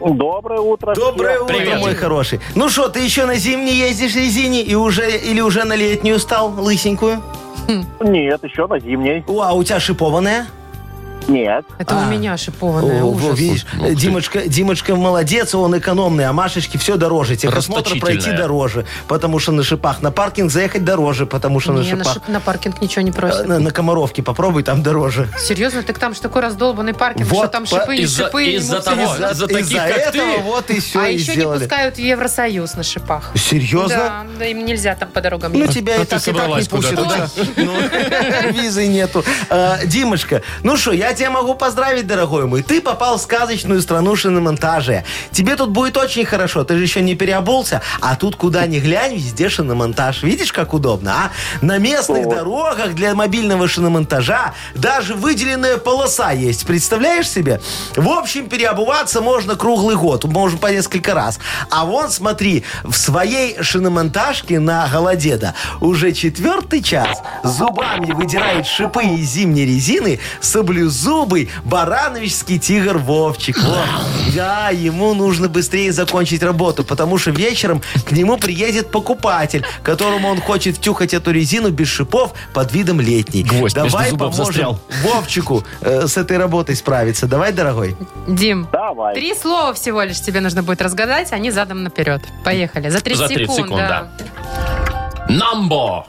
[SPEAKER 5] Доброе утро.
[SPEAKER 4] Доброе утро,
[SPEAKER 2] Привет,
[SPEAKER 4] мой
[SPEAKER 2] Дима.
[SPEAKER 4] хороший. Ну что, ты еще на зимней ездишь резине и уже, или уже на летнюю стал, лысенькую?
[SPEAKER 5] Нет, еще на зимней.
[SPEAKER 4] О, а у тебя шипованная?
[SPEAKER 5] Нет.
[SPEAKER 3] Это у
[SPEAKER 4] А.
[SPEAKER 3] меня шипованное.
[SPEAKER 4] О,
[SPEAKER 3] ужас.
[SPEAKER 4] во, видишь,
[SPEAKER 2] Ух ну ты.
[SPEAKER 4] Димочка, Димочка молодец, он экономный, а Машечке все дороже. Техосмотр пройти
[SPEAKER 2] Расточительная.
[SPEAKER 4] дороже, потому что на шипах. На паркинг заехать дороже, потому что на
[SPEAKER 3] Не, на,
[SPEAKER 4] шипах.
[SPEAKER 3] шип- на паркинг ничего не
[SPEAKER 4] Э,
[SPEAKER 3] просит.
[SPEAKER 4] На, на комаровке попробуй, там дороже.
[SPEAKER 3] Серьезно, так там же такой раздолбанный паркинг,
[SPEAKER 4] Э. Вот
[SPEAKER 3] что там
[SPEAKER 4] по-
[SPEAKER 3] шипы и
[SPEAKER 2] из-за-
[SPEAKER 3] шипы. и ему
[SPEAKER 2] из-за
[SPEAKER 3] все
[SPEAKER 2] того,
[SPEAKER 3] не-
[SPEAKER 2] из-за таких,
[SPEAKER 4] из-за
[SPEAKER 2] как ты.
[SPEAKER 4] этого вот и все
[SPEAKER 3] А
[SPEAKER 4] и
[SPEAKER 3] еще не
[SPEAKER 4] сделали.
[SPEAKER 3] пускают в Евросоюз на шипах.
[SPEAKER 4] Серьезно?
[SPEAKER 3] Да, да им нельзя там по дорогам
[SPEAKER 4] Ну,
[SPEAKER 3] ездить.
[SPEAKER 4] тебя
[SPEAKER 2] А
[SPEAKER 4] и
[SPEAKER 2] ты
[SPEAKER 4] так, и так не
[SPEAKER 2] собралась
[SPEAKER 4] пустят.
[SPEAKER 2] куда-то,
[SPEAKER 4] да. Ну, Визы нету. А, Димочка, ну что, я тебя могу поздравить, дорогой мой. Ты попал в сказочную страну шиномонтажа. Тебе тут будет очень хорошо. Ты же еще не переобулся. А тут куда ни глянь, везде шиномонтаж. Видишь, как удобно, а? На местных дорогах для мобильного шиномонтажа даже выделенная полоса есть. Представляешь себе? В общем, переобуваться можно круглый год. Можно по несколько раз. А вон, смотри, в своей шиномонтажке на Голодеда уже четвертый час зубами выдирает шипы из зимней резины саблезубый барановичский тигр Вовчик. Во. Да, ему нужно быстрее закончить работу, потому что вечером к нему приедет покупатель, которому он хочет втюхать эту резину без шипов под видом летней.
[SPEAKER 2] Гвоздь между
[SPEAKER 4] Давай
[SPEAKER 2] зубов
[SPEAKER 4] поможем
[SPEAKER 2] застрял.
[SPEAKER 4] Вовчику э, с этой работой справиться. Давай, дорогой.
[SPEAKER 3] Дим,
[SPEAKER 5] Давай.
[SPEAKER 3] три слова всего лишь тебе нужно будет разгадать, они задом наперед. Поехали. За 30
[SPEAKER 2] За 30
[SPEAKER 3] секунд.
[SPEAKER 2] секунд, да. Намбо!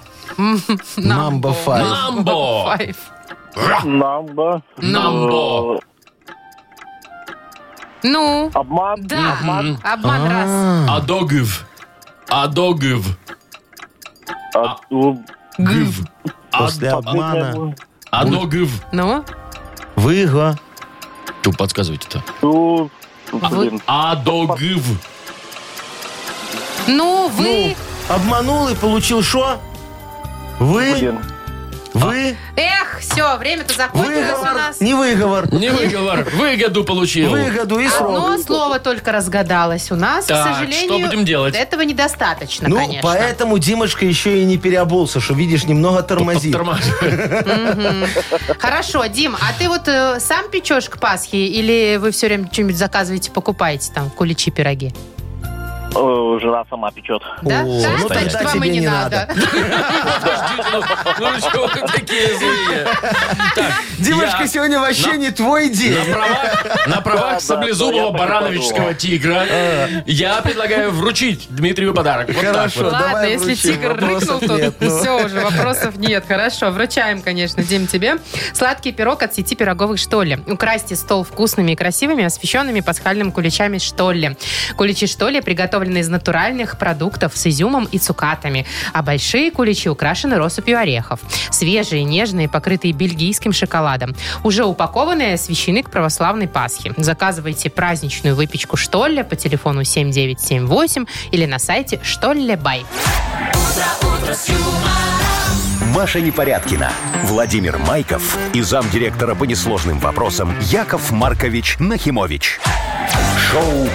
[SPEAKER 4] Мамба файл.
[SPEAKER 2] Намбо!
[SPEAKER 3] Five.
[SPEAKER 5] Нам бы... э,
[SPEAKER 2] Намбо!
[SPEAKER 3] Ну,
[SPEAKER 5] Обман.
[SPEAKER 3] да. Обман,
[SPEAKER 2] А.
[SPEAKER 3] раз.
[SPEAKER 2] Адогыв! Адогыв!
[SPEAKER 5] А, ну,
[SPEAKER 2] Гыв!
[SPEAKER 4] После
[SPEAKER 2] Ад-
[SPEAKER 4] обмана.
[SPEAKER 2] Адогыв!
[SPEAKER 3] Ну,
[SPEAKER 4] Выго.
[SPEAKER 2] Что подсказываете-то?
[SPEAKER 5] ну,
[SPEAKER 4] А
[SPEAKER 5] Блин.
[SPEAKER 2] Адогыв!
[SPEAKER 3] ну, вы.
[SPEAKER 4] Обманул и получил что? Вы,
[SPEAKER 5] Блин.
[SPEAKER 4] вы,
[SPEAKER 3] Эх, все, время-то
[SPEAKER 8] А.
[SPEAKER 3] закончилось у
[SPEAKER 4] выговор,
[SPEAKER 3] нас.
[SPEAKER 4] не выговор,
[SPEAKER 2] Не выговор, выгоду получил.
[SPEAKER 4] выгоду
[SPEAKER 3] А,
[SPEAKER 4] и срок.
[SPEAKER 3] Одно Ну, слово только разгадалось у нас,
[SPEAKER 2] Так,
[SPEAKER 3] к сожалению.
[SPEAKER 2] что будем делать?
[SPEAKER 3] Этого недостаточно,
[SPEAKER 4] ну,
[SPEAKER 3] конечно.
[SPEAKER 4] поэтому Димочка еще и не переобулся, что, видишь, немного тормозит.
[SPEAKER 2] Подтормаживай.
[SPEAKER 3] Хорошо, Дим, а ты вот э, сам печешь к Пасхе или вы все время что-нибудь заказываете, покупаете там куличи, пироги?
[SPEAKER 5] э, жена сама печет.
[SPEAKER 3] Да? Да?
[SPEAKER 4] О, ну
[SPEAKER 3] Значит,
[SPEAKER 4] тогда
[SPEAKER 3] вам и
[SPEAKER 4] тебе
[SPEAKER 3] не
[SPEAKER 4] не
[SPEAKER 3] надо.
[SPEAKER 4] надо.
[SPEAKER 2] Ну, ну что вы такие злые? Так,
[SPEAKER 4] Димочка,
[SPEAKER 2] я
[SPEAKER 4] сегодня вообще
[SPEAKER 2] на-
[SPEAKER 4] не твой день.
[SPEAKER 2] На правах, на правах саблезубого
[SPEAKER 5] я так и
[SPEAKER 2] барановического
[SPEAKER 5] подумал.
[SPEAKER 3] А.
[SPEAKER 2] тигра я предлагаю вручить Дмитрию подарок. Вот так
[SPEAKER 4] Хорошо.
[SPEAKER 2] вот.
[SPEAKER 4] давай
[SPEAKER 3] Ладно, если
[SPEAKER 4] вручим,
[SPEAKER 3] тигр
[SPEAKER 4] вопросов
[SPEAKER 3] рыкнул, то
[SPEAKER 4] нет, ну.
[SPEAKER 3] все уже, вопросов нет. Хорошо, вручаем, конечно, Дим, тебе. Сладкий пирог от сети пироговых «Штолли». Украсьте стол вкусными и красивыми, освещенными пасхальными куличами «Штолли». Куличи «Штолли» приготовлены из натуральных продуктов с изюмом и цукатами, а большие куличи украшены россыпью орехов. Свежие, нежные, покрытые бельгийским шоколадом. Уже упакованные освещены к православной Пасхе. Заказывайте праздничную выпечку «Штолли» по телефону 7978 или на сайте «Штоллебай».
[SPEAKER 1] Маша Непорядкина, Владимир Майков и замдиректора по несложным вопросам Яков Маркович Нахимович. Шоу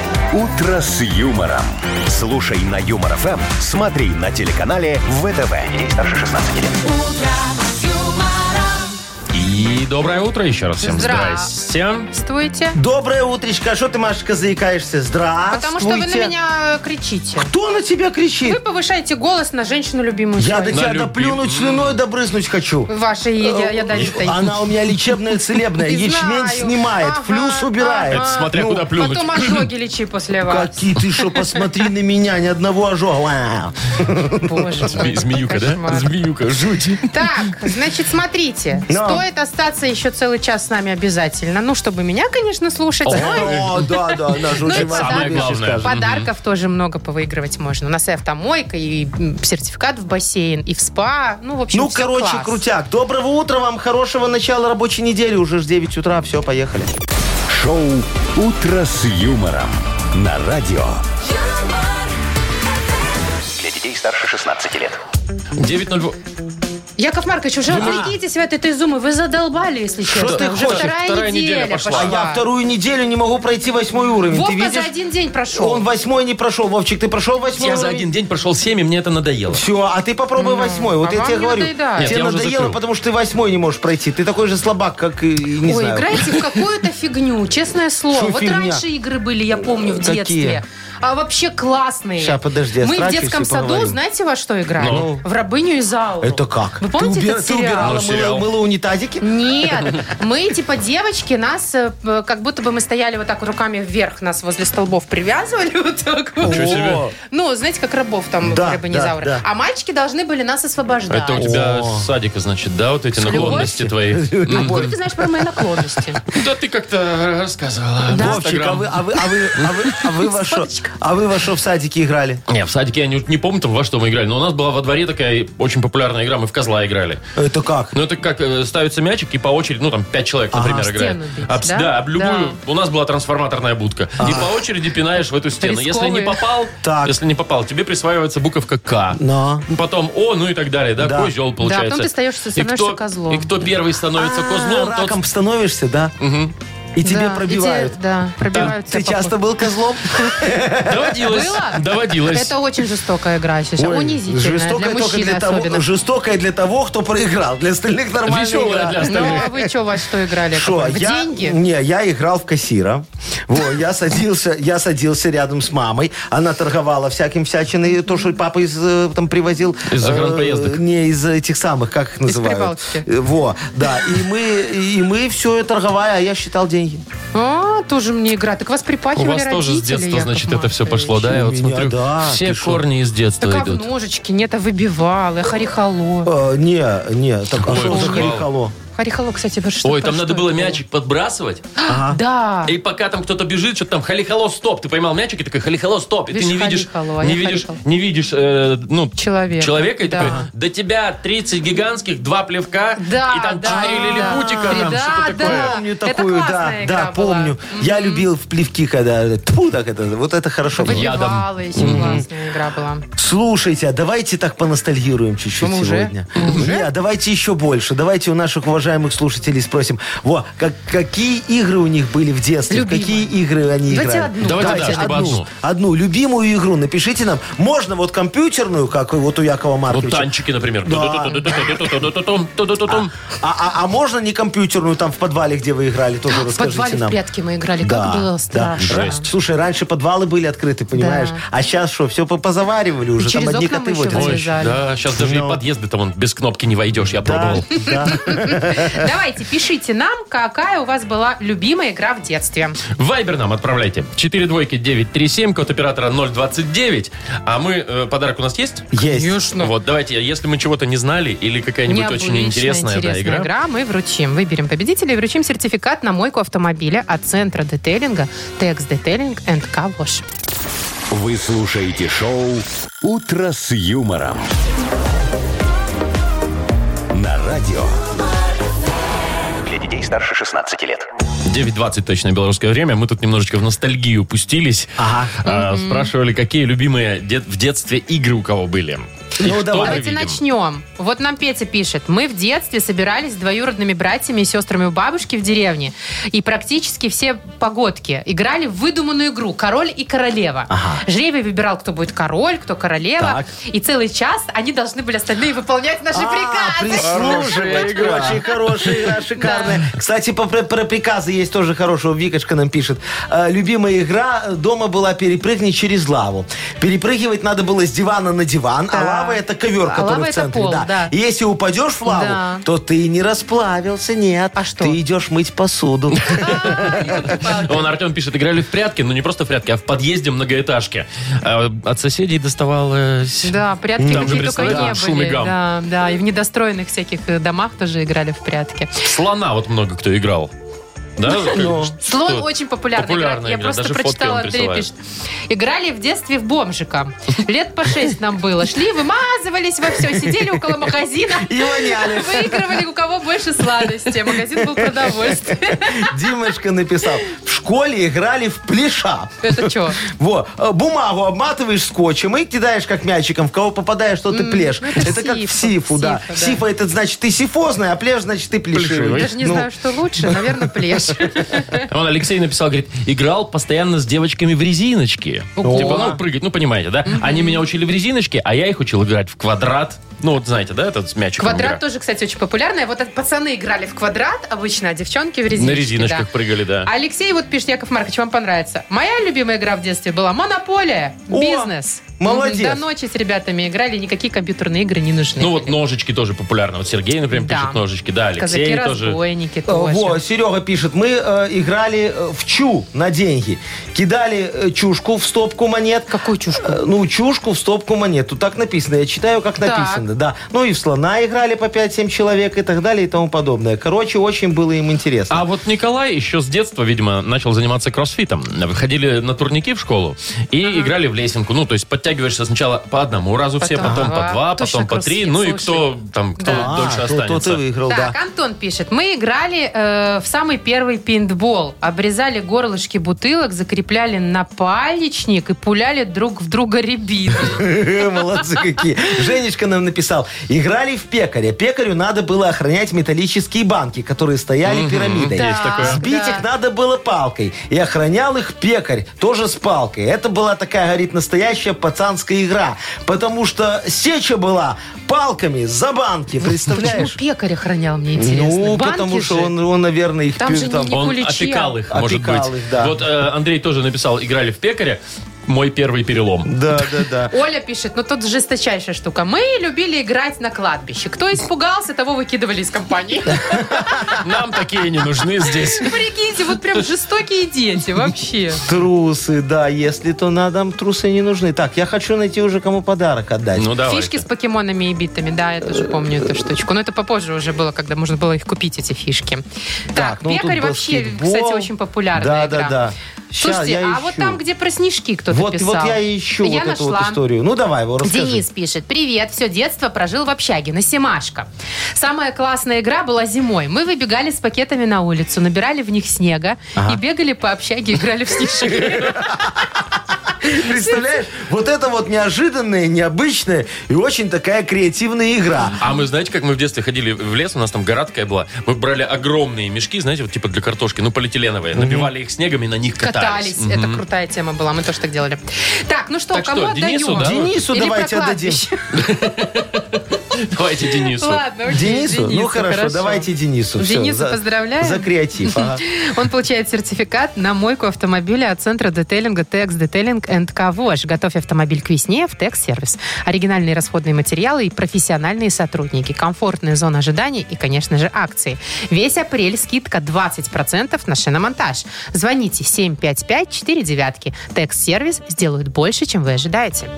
[SPEAKER 1] «Утро с юмором». Слушай на Юмор ФМ, смотри на телеканале ВТВ. Ей старше 16 лет.
[SPEAKER 2] И доброе утро еще раз всем.
[SPEAKER 3] Здра- А,
[SPEAKER 2] Здрасте.
[SPEAKER 3] Здравствуйте.
[SPEAKER 4] Доброе утречко. А что ты, Машечка, заикаешься? Здравствуйте.
[SPEAKER 3] Потому что вы на меня кричите.
[SPEAKER 4] Кто на тебя кричит?
[SPEAKER 3] Вы повышаете голос на женщину любимую
[SPEAKER 4] Я до
[SPEAKER 3] свою.
[SPEAKER 4] тебя
[SPEAKER 2] любим-
[SPEAKER 4] доплюнуть слюной, добрызнуть хочу.
[SPEAKER 3] Ваша я,
[SPEAKER 4] Э,
[SPEAKER 3] ядовитой.
[SPEAKER 4] Она у меня лечебная, целебная.
[SPEAKER 3] Не
[SPEAKER 4] Ячмень
[SPEAKER 3] знаю.
[SPEAKER 4] снимает,
[SPEAKER 3] Ага,
[SPEAKER 4] флюс убирает.
[SPEAKER 2] Это смотря куда плюнуть.
[SPEAKER 3] ну, Потом ожоги лечи после вас.
[SPEAKER 4] Какие ты что, посмотри на меня, ни одного ожога. Вау.
[SPEAKER 3] Боже мой,
[SPEAKER 2] Змеюка, да?
[SPEAKER 3] кошмар.
[SPEAKER 2] Змеюка, жуть.
[SPEAKER 3] Так, значит, смотрите.
[SPEAKER 4] Но.
[SPEAKER 3] Стоит остаться
[SPEAKER 8] оставаться еще целый час с нами обязательно. Ну, чтобы меня, конечно, слушать. но и
[SPEAKER 4] О, да, да, она же
[SPEAKER 8] Ну,
[SPEAKER 4] очень
[SPEAKER 8] это
[SPEAKER 4] важные
[SPEAKER 8] самое
[SPEAKER 4] вещи
[SPEAKER 2] главное.
[SPEAKER 4] скажет.
[SPEAKER 8] Подарков тоже много повыигрывать можно. У нас и автомойка, и м, сертификат в бассейн, и в спа. Ну, в общем,
[SPEAKER 4] Ну,
[SPEAKER 8] всё
[SPEAKER 4] короче,
[SPEAKER 8] класс.
[SPEAKER 4] крутяк. Доброго утра вам, хорошего начала рабочей недели. Уже ж 9 утра, все, поехали.
[SPEAKER 1] Шоу «Утро с юмором» на радио.
[SPEAKER 6] юмор,
[SPEAKER 5] Для детей старше 16 лет.
[SPEAKER 2] 9.08.
[SPEAKER 8] Яков Маркович, уже отвлекитесь в этой этой зумы. Вы задолбали, если
[SPEAKER 4] Что
[SPEAKER 8] честно.
[SPEAKER 4] ты
[SPEAKER 8] уже
[SPEAKER 4] хочешь?
[SPEAKER 8] вторая,
[SPEAKER 2] Вторая неделя пошла.
[SPEAKER 4] А я вторую неделю не могу пройти восьмой уровень.
[SPEAKER 8] Вовка
[SPEAKER 4] ты видишь?
[SPEAKER 8] за один день прошел.
[SPEAKER 4] Он восьмой не прошел. Вовчик, ты прошел восьмой
[SPEAKER 2] Я за
[SPEAKER 4] уровень?
[SPEAKER 2] один день прошел 7, и мне это надоело.
[SPEAKER 4] Все, а ты попробуй восьмой. Вот
[SPEAKER 8] а
[SPEAKER 4] я
[SPEAKER 8] вам
[SPEAKER 4] тебе
[SPEAKER 8] не
[SPEAKER 4] говорю.
[SPEAKER 8] надоедает. Нет,
[SPEAKER 2] я
[SPEAKER 4] тебе
[SPEAKER 2] уже
[SPEAKER 4] надоело,
[SPEAKER 2] закрыл.
[SPEAKER 4] потому что ты восьмой не можешь пройти. Ты такой же слабак, как и не
[SPEAKER 8] Ой,
[SPEAKER 4] знаю.
[SPEAKER 8] играете в какую-то фигню, честное слово.
[SPEAKER 4] Что
[SPEAKER 8] вот
[SPEAKER 4] фигня?
[SPEAKER 8] раньше игры были, я помню, в
[SPEAKER 4] Какие?
[SPEAKER 8] детстве. А вообще классные.
[SPEAKER 4] Ща, подожди,
[SPEAKER 8] Мы в
[SPEAKER 4] отсрачивайся
[SPEAKER 8] детском
[SPEAKER 4] и
[SPEAKER 8] саду,
[SPEAKER 4] поговорим.
[SPEAKER 8] знаете, во что играли?
[SPEAKER 2] Ну?
[SPEAKER 8] В рабыню Изауру.
[SPEAKER 4] Это как?
[SPEAKER 8] Вы помните
[SPEAKER 4] ты, уби-
[SPEAKER 8] этот
[SPEAKER 4] ты
[SPEAKER 8] сериал?
[SPEAKER 4] убирала
[SPEAKER 2] Ну,
[SPEAKER 4] мыло-
[SPEAKER 2] сериал.
[SPEAKER 4] мыло унитазики?
[SPEAKER 8] Нет, мы типа девочки, нас э, п- как будто бы мы стояли вот так руками вверх, нас возле столбов привязывали вот так. вот.
[SPEAKER 2] Ничего себе.
[SPEAKER 8] Ну, знаете, как рабов там
[SPEAKER 4] Да,
[SPEAKER 8] в рыбонизавры.
[SPEAKER 4] да, да.
[SPEAKER 8] А мальчики должны были нас освобождать.
[SPEAKER 2] Это у тебя с садика, значит, да, вот эти наклонности твои? Ну,
[SPEAKER 8] Откуда ты знаешь про мои наклонности?
[SPEAKER 2] Да ты как-то рассказывала.
[SPEAKER 8] Да.
[SPEAKER 4] Вовчик, а вы, а вы, а вы, а вы, а вы во что?
[SPEAKER 8] Садочка.
[SPEAKER 4] А вы во что в садике играли?
[SPEAKER 2] Не, в садике я не, не помню, там, во что мы играли, но у нас была во дворе такая очень популярная игра, мы в козла играли.
[SPEAKER 4] Это как?
[SPEAKER 2] Ну, это как э, ставится мячик, и по очереди, ну, там, пять человек, например,
[SPEAKER 8] Ага. А,
[SPEAKER 2] играет.
[SPEAKER 8] Стену бить,
[SPEAKER 2] Об-
[SPEAKER 8] да?
[SPEAKER 2] об любую. У нас была трансформаторная будка. И по очереди пинаешь в эту стену. Если не
[SPEAKER 8] Рисковые.
[SPEAKER 2] попал,
[SPEAKER 4] Так.
[SPEAKER 2] если не попал, тебе присваивается буковка К.
[SPEAKER 4] Но.
[SPEAKER 2] Потом О, ну и так далее, да,
[SPEAKER 4] Да.
[SPEAKER 2] козел получается.
[SPEAKER 8] а потом ты стаешь-
[SPEAKER 2] и
[SPEAKER 8] становишься
[SPEAKER 2] кто,
[SPEAKER 8] козлом.
[SPEAKER 2] И кто первый становится
[SPEAKER 4] А,
[SPEAKER 2] козлом, тот...
[SPEAKER 4] Раком становишься, да? И тебе
[SPEAKER 8] Да,
[SPEAKER 4] пробивают.
[SPEAKER 8] иди- Да, пробивают.
[SPEAKER 4] Ты
[SPEAKER 8] тебя по
[SPEAKER 4] часто был козлом?
[SPEAKER 2] Доводилось.
[SPEAKER 8] Было?
[SPEAKER 2] Доводилось.
[SPEAKER 8] Это очень жестокая игра сейчас.
[SPEAKER 4] Ой,
[SPEAKER 8] Унизительная. Для
[SPEAKER 4] жестокая только
[SPEAKER 8] мужчины
[SPEAKER 4] для того,
[SPEAKER 8] особенно.
[SPEAKER 4] жестокая для того, кто проиграл. Для остальных нормальная
[SPEAKER 2] Веселая
[SPEAKER 4] игра.
[SPEAKER 2] для
[SPEAKER 8] Ну,
[SPEAKER 2] остальных.
[SPEAKER 8] а вы что, во что играли?
[SPEAKER 4] Шо,
[SPEAKER 8] В
[SPEAKER 4] я,
[SPEAKER 8] деньги?
[SPEAKER 4] Не, я играл в кассира. Во, я садился, я садился рядом с мамой. Она торговала всяким всячиной, то, что папа из э, там привозил.
[SPEAKER 2] Из загранпоездок.
[SPEAKER 4] Э, Не, из этих самых, как их называют.
[SPEAKER 8] Прибалтики.
[SPEAKER 4] Э, Во, да. И мы, и мы все торговали, а я считал деньги.
[SPEAKER 8] А, тоже мне игра. Так вас
[SPEAKER 2] У
[SPEAKER 8] припахивали
[SPEAKER 2] вас тоже с
[SPEAKER 8] а родители,
[SPEAKER 2] детства,
[SPEAKER 8] Яков
[SPEAKER 2] значит, это все
[SPEAKER 8] Маркович.
[SPEAKER 2] пошло, да? Я
[SPEAKER 4] У
[SPEAKER 2] вот
[SPEAKER 4] меня,
[SPEAKER 2] смотрю,
[SPEAKER 4] да,
[SPEAKER 2] все
[SPEAKER 4] ты шо?
[SPEAKER 2] корни из детства
[SPEAKER 8] Так а в
[SPEAKER 2] идут.
[SPEAKER 8] ножички? Нет, а выбивал, а харихало.
[SPEAKER 4] Э, не, не, так а
[SPEAKER 2] Ой,
[SPEAKER 4] что за
[SPEAKER 2] ужас.
[SPEAKER 4] хрикало?
[SPEAKER 8] Харихало, кстати, это что
[SPEAKER 2] Ой,
[SPEAKER 8] про
[SPEAKER 2] там
[SPEAKER 8] что
[SPEAKER 2] надо было
[SPEAKER 8] это
[SPEAKER 2] мячик подбрасывать,
[SPEAKER 8] Да.
[SPEAKER 2] и пока там кто-то бежит, что-то там халихало, стоп, ты поймал мячик и такой халихало, стоп, и ты
[SPEAKER 8] Видишь,
[SPEAKER 2] не видишь,
[SPEAKER 8] «Халихало», а
[SPEAKER 2] не
[SPEAKER 8] я
[SPEAKER 2] видишь,
[SPEAKER 8] «Халихало».
[SPEAKER 2] не видишь, э, ну
[SPEAKER 8] Человека.
[SPEAKER 2] человека и
[SPEAKER 8] Да.
[SPEAKER 2] такой, до тебя 30 гигантских, два плевка,
[SPEAKER 8] Да,
[SPEAKER 2] и там
[SPEAKER 8] да,
[SPEAKER 2] 4 лилипутика,
[SPEAKER 8] да.
[SPEAKER 2] там
[SPEAKER 8] Да,
[SPEAKER 2] что-то
[SPEAKER 8] да.
[SPEAKER 2] такое.
[SPEAKER 4] Помню
[SPEAKER 8] Это
[SPEAKER 4] такую, да,
[SPEAKER 8] классная игра
[SPEAKER 4] да,
[SPEAKER 8] была.
[SPEAKER 4] помню. Я любил в плевки, когда... Тьфу, так это, вот это хорошо было.
[SPEAKER 8] Выбивала, еще классная игра была.
[SPEAKER 4] Слушайте, а давайте так поностальгируем чуть-чуть
[SPEAKER 8] Ну, мы уже?
[SPEAKER 4] сегодня. Не, а давайте еще больше. Давайте у наших уважаемых слушателей спросим, во, как, какие игры у них были в детстве, в
[SPEAKER 8] Любимые.
[SPEAKER 4] какие игры они играли.
[SPEAKER 8] Давайте одну.
[SPEAKER 2] Давайте, да, чтобы одну.
[SPEAKER 4] одну. Одну любимую игру напишите нам. Можно вот компьютерную, как вот у Якова
[SPEAKER 2] Вот
[SPEAKER 4] Марковича.
[SPEAKER 2] танчики, например.
[SPEAKER 4] Да.
[SPEAKER 2] Ту-ту-ту-ту-ту-ту-ту-ту-ту-ту-ту-ту.
[SPEAKER 4] А, а- а можно не компьютерную, там в подвале, где вы играли, тоже
[SPEAKER 8] В
[SPEAKER 4] расскажите
[SPEAKER 8] подвале в
[SPEAKER 4] нам.
[SPEAKER 8] прятки мы играли.
[SPEAKER 4] Да,
[SPEAKER 8] Как было
[SPEAKER 4] да.
[SPEAKER 8] страшно.
[SPEAKER 2] Жесть.
[SPEAKER 4] Слушай, раньше подвалы были открыты, понимаешь?
[SPEAKER 8] Да.
[SPEAKER 4] А сейчас что, все позаваривали уже,
[SPEAKER 8] через
[SPEAKER 4] там одни
[SPEAKER 8] окна мы
[SPEAKER 4] коты
[SPEAKER 8] еще
[SPEAKER 4] водятся.
[SPEAKER 2] Ой,
[SPEAKER 8] Залезали.
[SPEAKER 2] да, сейчас даже и
[SPEAKER 4] Ну.
[SPEAKER 2] подъезды там вон, без кнопки не войдешь, я пробовал.
[SPEAKER 4] да.
[SPEAKER 8] Давайте, пишите нам, какая у вас была любимая игра в детстве.
[SPEAKER 2] Вайбер нам отправляйте. 4 двойки 937, код оператора 029. А мы, э, подарок у нас есть?
[SPEAKER 4] Есть.
[SPEAKER 2] Вот, давайте, если мы чего-то не знали или какая-нибудь очень
[SPEAKER 8] Необычная,
[SPEAKER 2] интересная, да, игра.
[SPEAKER 8] мы вручим. Выберем победителя и вручим сертификат на мойку автомобиля от центра детейлинга Текс Детейлинг энд Кавош.
[SPEAKER 1] Вы слушаете шоу «Утро с юмором». На радио.
[SPEAKER 5] Для детей старше 16 лет.
[SPEAKER 2] 9.20 точное белорусское время. Мы тут немножечко в ностальгию пустились.
[SPEAKER 4] Ага.
[SPEAKER 2] А, Спрашивали, какие любимые дет- в детстве игры у кого были. И
[SPEAKER 4] Ну,
[SPEAKER 2] что
[SPEAKER 4] давай.
[SPEAKER 2] мы
[SPEAKER 8] Давайте
[SPEAKER 2] видим?
[SPEAKER 8] начнем. Вот нам Петя пишет. Мы в детстве собирались с двоюродными братьями и сестрами у бабушки в деревне. И практически все погодки играли в выдуманную игру «Король и королева».
[SPEAKER 2] А.
[SPEAKER 8] Жребий выбирал, кто будет король, кто королева.
[SPEAKER 4] Так.
[SPEAKER 8] И целый час они должны были остальные выполнять наши
[SPEAKER 4] А,
[SPEAKER 8] приказы.
[SPEAKER 2] Хорошая
[SPEAKER 4] прислушивать.
[SPEAKER 2] игра.
[SPEAKER 4] Очень хорошая игра, шикарная. Кстати, по- про, про приказы есть тоже хорошего. Викочка нам пишет. Э, любимая игра дома была «Перепрыгни через лаву». Перепрыгивать надо было с дивана на диван, а лава это ковер, который
[SPEAKER 8] лава
[SPEAKER 4] в
[SPEAKER 8] это
[SPEAKER 4] центре.
[SPEAKER 8] пол,
[SPEAKER 4] да.
[SPEAKER 8] да.
[SPEAKER 4] И если упадешь в лаву,
[SPEAKER 8] Да.
[SPEAKER 4] то ты не расплавился, нет.
[SPEAKER 8] А что?
[SPEAKER 4] Ты идешь мыть посуду.
[SPEAKER 2] Он, Артем пишет, играли в прятки, но не просто в прятки, а в подъезде многоэтажки. А, От соседей э, доставалось...
[SPEAKER 8] Да, прятки
[SPEAKER 2] Там же
[SPEAKER 8] какие только
[SPEAKER 2] представляешь,
[SPEAKER 8] не
[SPEAKER 2] там шум и
[SPEAKER 8] были.
[SPEAKER 2] гам.
[SPEAKER 8] Да, да, и в недостроенных всяких э, домах тоже играли в прятки.
[SPEAKER 2] Слона вот много кто играл. Да?
[SPEAKER 4] Ну.
[SPEAKER 2] Что?
[SPEAKER 8] Слон очень популярный.
[SPEAKER 2] Популярная
[SPEAKER 8] Я
[SPEAKER 2] игра,
[SPEAKER 8] просто
[SPEAKER 2] даже фотки
[SPEAKER 8] прочитала,
[SPEAKER 2] он
[SPEAKER 8] Андрей
[SPEAKER 2] присылает.
[SPEAKER 8] пишет. Играли в детстве в бомжика. Лет по шесть нам было. Шли, вымазывались во все, сидели около магазина.
[SPEAKER 4] И воняли.
[SPEAKER 8] Выигрывали у кого больше сладости. Магазин был продовольствие.
[SPEAKER 4] Димочка написал, в школе играли в плеша.
[SPEAKER 8] Это что?
[SPEAKER 4] Во, э, бумагу обматываешь скотчем и кидаешь как мячиком. В кого попадаешь, то ты плешь.
[SPEAKER 8] ну это
[SPEAKER 4] Это, как в
[SPEAKER 8] сифа,
[SPEAKER 4] сифу, да.
[SPEAKER 8] сифа, да.
[SPEAKER 4] Сифа это значит ты сифозный, а плешь значит ты плешивый.
[SPEAKER 8] Даже не
[SPEAKER 4] Ну,
[SPEAKER 8] знаю, что лучше. Наверное, плешь.
[SPEAKER 2] Он Алексей написал, говорит, играл постоянно с девочками в резиночки.
[SPEAKER 8] Ого.
[SPEAKER 2] Типа, ну, прыгать, ну, понимаете, да? Они меня учили в резиночки, а я их учил играть в квадрат. Ну, вот знаете, да, этот с мячиком игра.
[SPEAKER 8] Квадрат тоже, кстати, очень популярная. Вот это пацаны играли в квадрат обычно, а девчонки в резиночки.
[SPEAKER 2] На резиночках
[SPEAKER 8] да.
[SPEAKER 2] прыгали, да.
[SPEAKER 8] А Алексей вот пишет, Яков Маркович, вам понравится. Моя любимая игра в детстве была «Монополия»,
[SPEAKER 4] О,
[SPEAKER 8] «Бизнес».
[SPEAKER 4] молодец.
[SPEAKER 8] До ночи с ребятами играли, никакие компьютерные игры не нужны.
[SPEAKER 2] Ну, вот ножички тоже популярны. Вот Сергей, например,
[SPEAKER 8] Да.
[SPEAKER 2] пишет ножички. Да, Алексей тоже.
[SPEAKER 8] Казаки-разбойники
[SPEAKER 4] э,
[SPEAKER 8] тоже.
[SPEAKER 4] Во, Серега пишет, мы э, играли э, в чу на деньги. Кидали э, чушку в стопку монет.
[SPEAKER 8] Какую чушку?
[SPEAKER 4] Э, Ну, чушку в стопку монет. Тут так написано. Я читаю, как
[SPEAKER 8] Так.
[SPEAKER 4] написано, да. Ну и в слона играли по 5-7 человек и так далее и тому подобное. Короче, очень было им интересно.
[SPEAKER 2] А вот Николай еще с детства, видимо, начал заниматься кроссфитом. Выходили на турники в школу и играли в лесенку. Ну, то есть подтягиваешься сначала по одному разу все,
[SPEAKER 8] Потом
[SPEAKER 2] потом
[SPEAKER 8] два.
[SPEAKER 2] по два,
[SPEAKER 8] Точно,
[SPEAKER 2] потом по три.
[SPEAKER 8] кроссфит,
[SPEAKER 2] Ну и
[SPEAKER 8] слушай.
[SPEAKER 2] кто там, кто
[SPEAKER 8] Да.
[SPEAKER 2] дольше
[SPEAKER 4] А, то- то
[SPEAKER 2] останется.
[SPEAKER 4] ты выиграл, да.
[SPEAKER 8] Так, Антон пишет. Мы играли э, в самый первый пейнтбол. Обрезали горлышки бутылок, закрепляли на палечник и пуляли друг в друга рябиной.
[SPEAKER 4] Молодцы какие. Женечка нам написал. Играли в пекаря. Пекарю надо было охранять металлические банки, которые стояли пирамидой.
[SPEAKER 2] Есть такое.
[SPEAKER 4] Сбить
[SPEAKER 8] да.
[SPEAKER 4] их надо было палкой. И охранял их пекарь, тоже с палкой. Это была такая, говорит, настоящая пацанская игра. Потому что сеча была палками за банки,
[SPEAKER 8] Почему
[SPEAKER 4] представляешь?
[SPEAKER 8] пекарь охранял, мне интересно?
[SPEAKER 4] Ну,
[SPEAKER 8] Банки
[SPEAKER 4] потому что
[SPEAKER 8] же.
[SPEAKER 4] он, он, наверное, их...
[SPEAKER 8] Там
[SPEAKER 4] пер-
[SPEAKER 8] же не- не-
[SPEAKER 2] Он
[SPEAKER 8] Куличи.
[SPEAKER 2] опекал их, может
[SPEAKER 4] Опекал
[SPEAKER 2] быть.
[SPEAKER 4] их, да.
[SPEAKER 2] Вот э, Андрей тоже написал, играли в пекаря. Мой первый перелом.
[SPEAKER 4] Да, да, да.
[SPEAKER 8] Оля пишет, ну тут жесточайшая штука. Мы любили играть на кладбище. Кто испугался, того выкидывали из компании.
[SPEAKER 2] Нам такие не нужны здесь.
[SPEAKER 8] Прикиньте, вот прям жестокие дети вообще.
[SPEAKER 4] Трусы, да, если то надо, трусы не нужны. Так, я хочу найти уже кому подарок отдать.
[SPEAKER 2] Ну давай.
[SPEAKER 8] Фишки с покемонами и битами, да, я тоже помню эту штучку. Но это попозже уже было, когда можно было их купить, эти фишки. Так,
[SPEAKER 4] ну, тут
[SPEAKER 8] пекарь вообще,
[SPEAKER 4] баскетбол.
[SPEAKER 8] кстати, очень популярная
[SPEAKER 4] Да, да,
[SPEAKER 8] игра.
[SPEAKER 4] да. Щас
[SPEAKER 8] Слушайте,
[SPEAKER 4] я
[SPEAKER 8] а вот
[SPEAKER 4] ищу.
[SPEAKER 8] там, где про снежки кто-то
[SPEAKER 4] вот,
[SPEAKER 8] писал.
[SPEAKER 4] вот я и ищу
[SPEAKER 8] Я
[SPEAKER 4] вот эту вот
[SPEAKER 8] нашла.
[SPEAKER 4] историю. Ну давай, его расскажи.
[SPEAKER 8] Денис пишет. Привет, все детство прожил в общаге, на Семашко. Самая классная игра была зимой. Мы выбегали с пакетами на улицу, набирали в них снега и бегали по общаге, играли в снежки.
[SPEAKER 4] Представляешь, вот это вот неожиданная, необычная и очень такая креативная игра.
[SPEAKER 2] А мы, знаете, как мы в детстве ходили в лес, у нас там гора такая была. Мы брали огромные мешки, знаете, вот типа для картошки, ну, полиэтиленовые, набивали их снегом и на них катались.
[SPEAKER 8] Катались. Это крутая тема была, мы тоже так делали. Так, ну что,
[SPEAKER 2] Так
[SPEAKER 8] кому
[SPEAKER 2] что, Денису,
[SPEAKER 8] отдаем?
[SPEAKER 2] да?
[SPEAKER 4] Денису
[SPEAKER 8] Или
[SPEAKER 4] давайте
[SPEAKER 8] про
[SPEAKER 4] отдадим.
[SPEAKER 8] кладбище?
[SPEAKER 2] Давайте Денису.
[SPEAKER 8] Ладно, окей,
[SPEAKER 4] Денису? Ну хорошо, давайте Денису. Всё,
[SPEAKER 8] Дениса
[SPEAKER 4] за-
[SPEAKER 8] поздравляем.
[SPEAKER 4] За креатив. ага.
[SPEAKER 8] Он получает сертификат на мойку автомобиля от центра детейлинга TX Detailing and Car Wash. Готовь автомобиль к весне в TX сервис. Оригинальные расходные материалы и профессиональные сотрудники. Комфортная зона ожидания и, конечно же, акции. Весь апрель скидка 20% на шиномонтаж. Звоните 755-49. TX сервис сделают больше, чем вы ожидаете.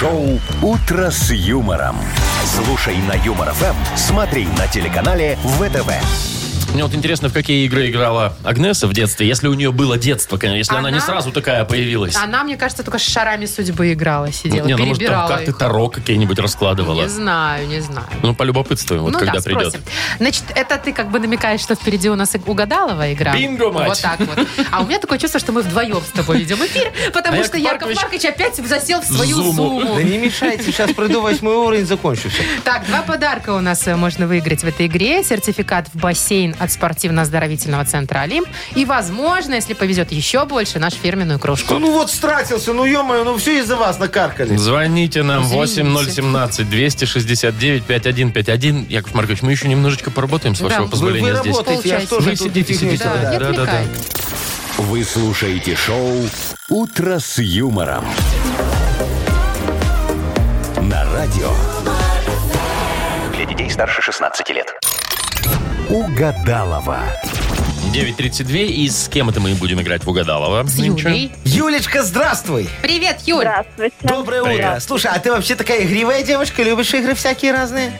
[SPEAKER 1] Шоу «Утро с юмором». Слушай на Юмор ФМ, смотри на телеканале ВТВ.
[SPEAKER 2] Мне вот интересно, в какие игры играла Агнеса в детстве, если у нее было детство, конечно, если она, не
[SPEAKER 8] Она-
[SPEAKER 2] сразу такая появилась.
[SPEAKER 8] Она, мне кажется, только с шарами судьбы играла, сидела,
[SPEAKER 2] не, ну, может, там
[SPEAKER 8] перебирала
[SPEAKER 2] карты
[SPEAKER 8] их.
[SPEAKER 2] Таро какие-нибудь раскладывала.
[SPEAKER 8] Не знаю, не знаю.
[SPEAKER 2] Ну, полюбопытствуем, вот
[SPEAKER 8] ну
[SPEAKER 2] когда
[SPEAKER 8] да,
[SPEAKER 2] придет.
[SPEAKER 8] спросим. Значит, это ты как бы намекаешь, что впереди у нас и- угадалова игра.
[SPEAKER 2] Бинго, мать!
[SPEAKER 8] Вот так вот. А у меня такое чувство, что мы вдвоем с тобой ведем эфир, потому
[SPEAKER 2] А
[SPEAKER 8] что
[SPEAKER 2] Яков
[SPEAKER 8] Яков
[SPEAKER 2] Маркович
[SPEAKER 8] Маркович, опять засел в свою
[SPEAKER 2] Зуму.
[SPEAKER 8] зуму.
[SPEAKER 4] Да не мешайте, сейчас пройду восьмой уровень, закончу все.
[SPEAKER 8] Так, два подарка у нас э, можно выиграть в этой игре. Сертификат в бассейн от спортивно-оздоровительного центра «Олимп». И, возможно, если повезет еще больше, нашу фирменную кружку.
[SPEAKER 4] Ну вот стратился, ну ё-моё, ну все из-за вас накаркали.
[SPEAKER 2] Звоните нам
[SPEAKER 8] Извините.
[SPEAKER 2] 8017-269-5151. Яков Маркович, мы еще немножечко поработаем, с
[SPEAKER 8] Да.
[SPEAKER 2] вашего
[SPEAKER 8] Вы-
[SPEAKER 4] Вы, вы
[SPEAKER 2] позволения здесь.
[SPEAKER 4] работаете, я
[SPEAKER 8] Получайте.
[SPEAKER 4] ж тоже
[SPEAKER 2] Вы
[SPEAKER 4] тут
[SPEAKER 2] сидите,
[SPEAKER 4] фигню
[SPEAKER 2] сидите,
[SPEAKER 4] тогда.
[SPEAKER 8] Да, не
[SPEAKER 2] да, да, да.
[SPEAKER 8] отвлекай.
[SPEAKER 1] Вы слушаете шоу «Утро с юмором» радио.
[SPEAKER 6] Для детей старше 16 лет.
[SPEAKER 1] Угадалова.
[SPEAKER 2] 9.32. И с кем это мы будем играть в Угадалова?
[SPEAKER 3] С Юлей.
[SPEAKER 4] Юлечка, здравствуй!
[SPEAKER 3] Привет, Юль.
[SPEAKER 7] Здравствуйте.
[SPEAKER 4] Доброе утро. Слушай, а ты вообще такая игривая девушка? Любишь игры всякие разные?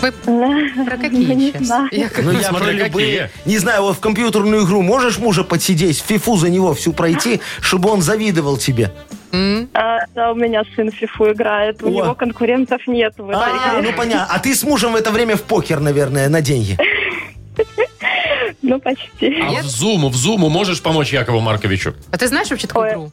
[SPEAKER 3] Вы про какие сейчас? Я как-
[SPEAKER 4] Ну, я
[SPEAKER 2] Смотря
[SPEAKER 4] про любые.
[SPEAKER 2] какие.
[SPEAKER 4] Не знаю, вот в компьютерную игру можешь мужа подсидеть, фифу за него всю пройти, чтобы он завидовал тебе?
[SPEAKER 7] А, да, у меня сын в фифу играет. У
[SPEAKER 4] О.
[SPEAKER 7] него конкурентов нет в этой
[SPEAKER 4] А,
[SPEAKER 7] игре.
[SPEAKER 4] ну понятно. А ты с мужем в это время в покер, наверное, на деньги.
[SPEAKER 7] Ну, почти.
[SPEAKER 2] А в Зуму, в Зуму можешь помочь Якову Марковичу?
[SPEAKER 3] А ты знаешь вообще такую
[SPEAKER 7] Ой,
[SPEAKER 3] игру?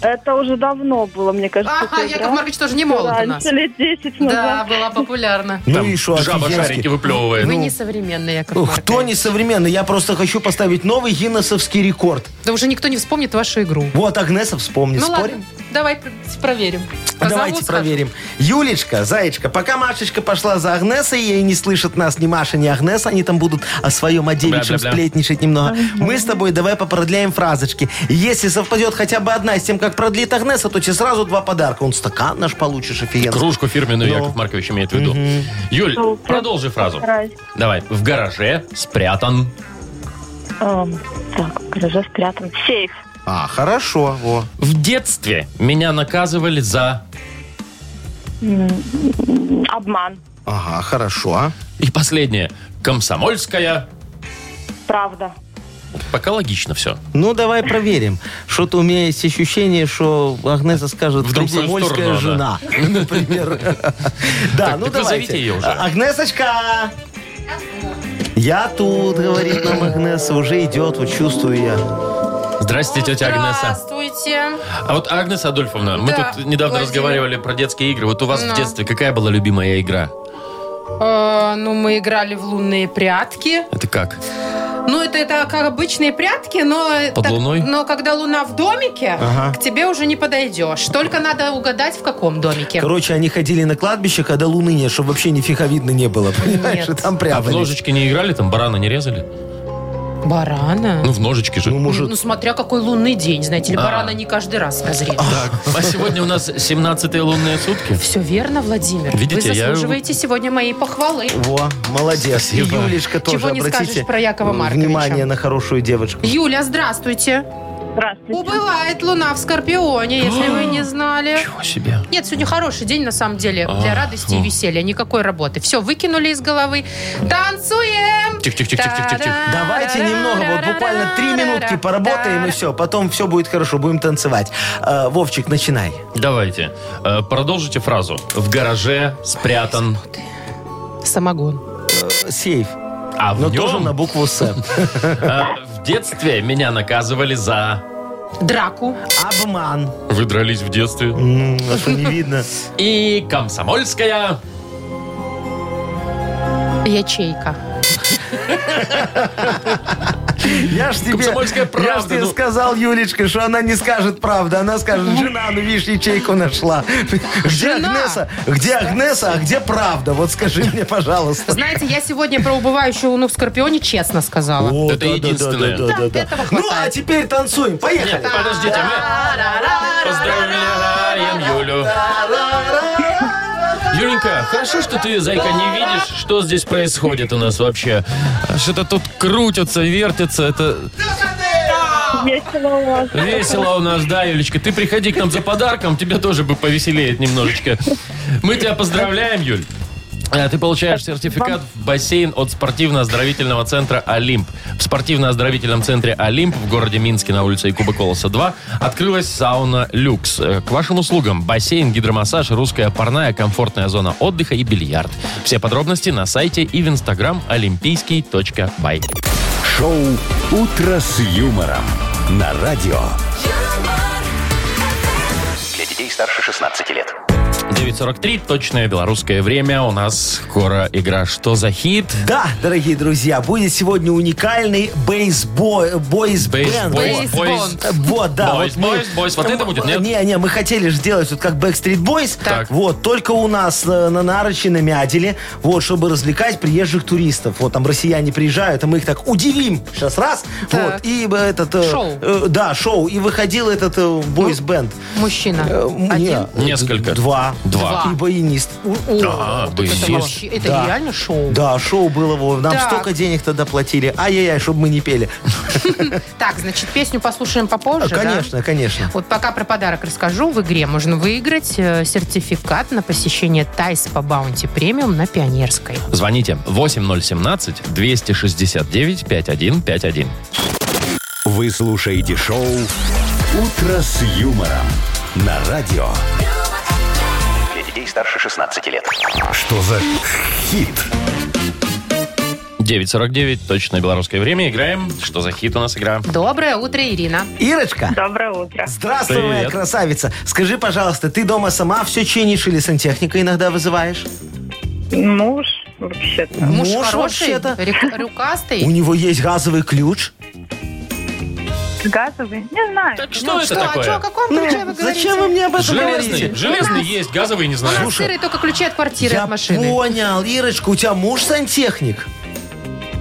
[SPEAKER 7] Это уже давно было, мне кажется.
[SPEAKER 3] Ага,
[SPEAKER 7] эта
[SPEAKER 3] Яков
[SPEAKER 7] игра.
[SPEAKER 3] Маркович тоже не молод у нас.
[SPEAKER 7] Раньше, лет 10
[SPEAKER 3] Да,
[SPEAKER 7] назад.
[SPEAKER 3] была популярна.
[SPEAKER 4] Ну
[SPEAKER 2] Там
[SPEAKER 4] и шо,
[SPEAKER 2] жаба
[SPEAKER 4] офигенски.
[SPEAKER 2] шарики выплевывает.
[SPEAKER 4] Ну.
[SPEAKER 3] Вы не современный, Яков
[SPEAKER 4] Ух,
[SPEAKER 3] Маркович.
[SPEAKER 4] Кто не современный? Я просто хочу поставить новый гиннесовский рекорд.
[SPEAKER 3] Да уже никто не вспомнит вашу игру.
[SPEAKER 4] Вот Агнеса вспомнит.
[SPEAKER 3] Ну
[SPEAKER 4] Спорим? А
[SPEAKER 3] ладно, давай пр- проверим. Позову,
[SPEAKER 4] Давайте
[SPEAKER 3] скажу.
[SPEAKER 4] проверим. Юлечка, Заечка, пока Машечка пошла за Агнесой, ей не слышат нас ни Маша, ни Агнеса, они там будут о своем, о девичьем
[SPEAKER 2] Бля-бля-бля.
[SPEAKER 4] сплетничать немного. Мы с тобой давай попродляем фразочки. И Если совпадет хотя бы одна с тем, как продлит Агнеса, то тебе сразу два подарка. Он стакан наш получишь, офигенно.
[SPEAKER 2] Ну, Кружку фирменную
[SPEAKER 4] Ну.
[SPEAKER 2] Яков Маркович имеет в виду. Юль,
[SPEAKER 7] Ну,
[SPEAKER 2] продолжи фразу.
[SPEAKER 7] Раз.
[SPEAKER 2] Давай. В гараже спрятан.
[SPEAKER 7] Эм, Так, в гараже спрятан. Сейф.
[SPEAKER 4] А, хорошо. Во.
[SPEAKER 2] В детстве меня наказывали за...
[SPEAKER 7] М, Обман.
[SPEAKER 4] Ага, хорошо.
[SPEAKER 2] И последнее. Комсомольская.
[SPEAKER 7] Правда.
[SPEAKER 2] Пока логично все.
[SPEAKER 4] Ну, давай проверим. Что-то у меня есть ощущение, что Агнеса скажет
[SPEAKER 2] В другую
[SPEAKER 4] комсомольская
[SPEAKER 2] сторону,
[SPEAKER 4] жена, например. Да,
[SPEAKER 2] Так,
[SPEAKER 4] ну
[SPEAKER 2] так назовите
[SPEAKER 4] давайте.
[SPEAKER 2] ее уже.
[SPEAKER 4] А- Агнесочка! Я тут, говорит нам Агнеса, уже идет, вот чувствую я.
[SPEAKER 2] Здрасте, тетя Агнеса.
[SPEAKER 3] Здравствуйте.
[SPEAKER 2] А вот Агнеса Адольфовна, мы
[SPEAKER 3] Да,
[SPEAKER 2] тут недавно
[SPEAKER 3] Владимир.
[SPEAKER 2] разговаривали про детские игры. Вот у вас в
[SPEAKER 3] Ну.
[SPEAKER 2] детстве какая была любимая игра?
[SPEAKER 3] Э, ну, мы играли в лунные прятки.
[SPEAKER 2] Это как?
[SPEAKER 3] Ну, это, это как обычные прятки, но...
[SPEAKER 2] Под луной?
[SPEAKER 3] Но когда луна в домике, к тебе уже не подойдешь. Только надо угадать, в каком домике.
[SPEAKER 4] Короче, они ходили на кладбище, когда луны нет, чтобы вообще нифига видно не было, понимаешь, и там
[SPEAKER 2] А в
[SPEAKER 4] прятались.
[SPEAKER 2] ножички не играли? Там барана не резали?
[SPEAKER 3] Барана?
[SPEAKER 2] Ну, в ножички же.
[SPEAKER 4] Ну, может,
[SPEAKER 3] Ну, смотря какой лунный день, знаете ли,
[SPEAKER 2] А.
[SPEAKER 3] барана не каждый раз созреет.
[SPEAKER 2] А сегодня у нас 17-е лунные сутки.
[SPEAKER 3] Все верно, Владимир.
[SPEAKER 2] Видите,
[SPEAKER 3] Вы
[SPEAKER 2] я-
[SPEAKER 3] заслуживаете сегодня моей похвалы.
[SPEAKER 4] во, молодец. И
[SPEAKER 2] Спасибо.
[SPEAKER 4] Юлечка тоже,
[SPEAKER 3] Чего не
[SPEAKER 4] обратите
[SPEAKER 3] скажешь про Якова Марковича.
[SPEAKER 4] внимание на хорошую девочку.
[SPEAKER 3] Юля, здравствуйте.
[SPEAKER 7] Здравствуйте.
[SPEAKER 3] Убывает луна в Скорпионе, если вы не знали.
[SPEAKER 2] О, себе.
[SPEAKER 3] Нет, сегодня хороший день, на самом деле,
[SPEAKER 2] А,
[SPEAKER 3] для радости
[SPEAKER 2] о.
[SPEAKER 3] и веселья. Никакой работы. Все, выкинули из головы. Танцуем!
[SPEAKER 2] Тихо-тихо-тихо-тихо-тихо.
[SPEAKER 4] Давайте немного, вот буквально три минутки поработаем и все. Потом все будет хорошо, будем танцевать. Э, Вовчик, начинай.
[SPEAKER 2] Давайте. Э, Продолжите фразу. В гараже спрятан...
[SPEAKER 3] Самогон.
[SPEAKER 4] Э, Сейф,
[SPEAKER 2] А в
[SPEAKER 4] но
[SPEAKER 2] нем,
[SPEAKER 4] тоже на букву С.
[SPEAKER 2] э, в детстве меня наказывали за...
[SPEAKER 3] Драку.
[SPEAKER 4] Обман.
[SPEAKER 2] Вы дрались в детстве.
[SPEAKER 4] М, А что не видно?
[SPEAKER 2] И комсомольская...
[SPEAKER 3] Ячейка.
[SPEAKER 4] Я ж тебе,
[SPEAKER 2] Комсомольская
[SPEAKER 4] я ж
[SPEAKER 2] правда,
[SPEAKER 4] тебе
[SPEAKER 2] ну.
[SPEAKER 4] сказал, Юлечка, что она не скажет правду. Она скажет, жена, ну видишь, ячейку нашла. Где
[SPEAKER 3] Жена?
[SPEAKER 4] Агнеса? Где Агнеса, а где правда? Вот скажи мне, пожалуйста.
[SPEAKER 3] Знаете, я сегодня про убывающую луну в Скорпионе честно сказала.
[SPEAKER 4] О,
[SPEAKER 2] Это единственное.
[SPEAKER 4] да, да, да.
[SPEAKER 3] этого
[SPEAKER 4] Ну, а
[SPEAKER 3] хватает.
[SPEAKER 4] теперь танцуем. Поехали.
[SPEAKER 2] Подождите, мы поздравляем Юлю. Юленька, хорошо, что ты, зайка, не видишь, что здесь происходит у нас вообще. Что-то тут крутятся, вертятся, это
[SPEAKER 7] Весело у вас.
[SPEAKER 4] Э.
[SPEAKER 2] весело у нас, да, Юлечка? Ты приходи к нам за подарком, тебе тоже бы повеселеет немножечко. Мы тебя поздравляем, Юль. Э, Ты получаешь сертификат в бассейн от спортивно-оздоровительного центра «Олимп». В спортивно-оздоровительном центре «Олимп» в городе Минске на улице Якуба Колоса 2 открылась сауна «Люкс». Э, К вашим услугам бассейн, гидромассаж, русская парная, комфортная зона отдыха и бильярд. Все подробности на сайте и в инстаграм олимпийский.бай.
[SPEAKER 1] Шоу «Утро с юмором» на радио.
[SPEAKER 6] Для детей старше 16 лет.
[SPEAKER 2] 9.43, точное белорусское время. У нас скоро игра «Что за хит?»
[SPEAKER 4] Да, дорогие друзья, будет сегодня уникальный бейсбой, бойс бенд.
[SPEAKER 2] Boys,
[SPEAKER 3] Бейсбол.
[SPEAKER 2] boys.
[SPEAKER 4] Вот, да.
[SPEAKER 2] Boys,
[SPEAKER 4] вот мы-
[SPEAKER 2] boys, boys. Вот это будет, нет?
[SPEAKER 4] Не, не, мы хотели же сделать вот как Backstreet Boys.
[SPEAKER 2] Так.
[SPEAKER 4] Вот, только у нас э, на Нарочи, на Мяделе, вот, чтобы развлекать приезжих туристов. Вот там россияне приезжают, а мы их так удивим. Сейчас раз,
[SPEAKER 3] Так.
[SPEAKER 4] вот, и э, этот... э,
[SPEAKER 3] Шоу.
[SPEAKER 4] э, да, шоу. И выходил этот бойс бенд
[SPEAKER 3] Мужчина.
[SPEAKER 4] Э, м,
[SPEAKER 3] Ну, Один.
[SPEAKER 4] не,
[SPEAKER 2] Несколько.
[SPEAKER 4] Два.
[SPEAKER 2] Два.
[SPEAKER 3] Два.
[SPEAKER 4] И баянист.
[SPEAKER 3] О,
[SPEAKER 2] Да,
[SPEAKER 3] так
[SPEAKER 2] баянист.
[SPEAKER 3] это, вообще- это
[SPEAKER 4] Да.
[SPEAKER 3] реально шоу.
[SPEAKER 4] Да, шоу было, Вов. Нам
[SPEAKER 3] Так.
[SPEAKER 4] столько денег тогда платили. Ай-яй-яй, чтобы мы не пели.
[SPEAKER 3] Так, значит, песню послушаем попозже, да?
[SPEAKER 4] А, Конечно, конечно.
[SPEAKER 3] Вот пока про подарок расскажу. В игре можно выиграть э, сертификат на посещение Тайс по Баунти Премиум на Пионерской.
[SPEAKER 2] Звоните 8017-269-5151.
[SPEAKER 1] Вы слушаете шоу «Утро с юмором» на радио.
[SPEAKER 6] Для детей старше 16 лет.
[SPEAKER 1] Что за хит?
[SPEAKER 2] 9.49, точное белорусское время. Играем. Что за хит у нас игра?
[SPEAKER 3] Доброе утро, Ирина.
[SPEAKER 4] Ирочка,
[SPEAKER 7] Доброе утро.
[SPEAKER 4] здравствуй, моя
[SPEAKER 2] Привет.
[SPEAKER 4] красавица. Скажи, пожалуйста, ты дома сама все чинишь или сантехника иногда вызываешь?
[SPEAKER 7] Муж вообще-то.
[SPEAKER 3] Муж,
[SPEAKER 4] Муж
[SPEAKER 3] хороший,
[SPEAKER 4] Ну, вообще-то.
[SPEAKER 3] рю-
[SPEAKER 4] У
[SPEAKER 3] рюкастый.
[SPEAKER 4] него есть газовый ключ?
[SPEAKER 3] Ну,
[SPEAKER 7] Газовый? Не знаю.
[SPEAKER 2] Так что это
[SPEAKER 3] что,
[SPEAKER 2] такое?
[SPEAKER 3] а что, о каком ключе вы
[SPEAKER 4] Зачем
[SPEAKER 3] говорите?
[SPEAKER 4] вы мне об этом
[SPEAKER 2] Железный.
[SPEAKER 4] говорите?
[SPEAKER 2] Железный есть, газовый не
[SPEAKER 3] У нас
[SPEAKER 2] знаю.
[SPEAKER 4] Слушай,
[SPEAKER 3] сырые только ключи от квартиры,
[SPEAKER 4] Я
[SPEAKER 3] от машины.
[SPEAKER 4] понял, Ирочка, у тебя муж сантехник?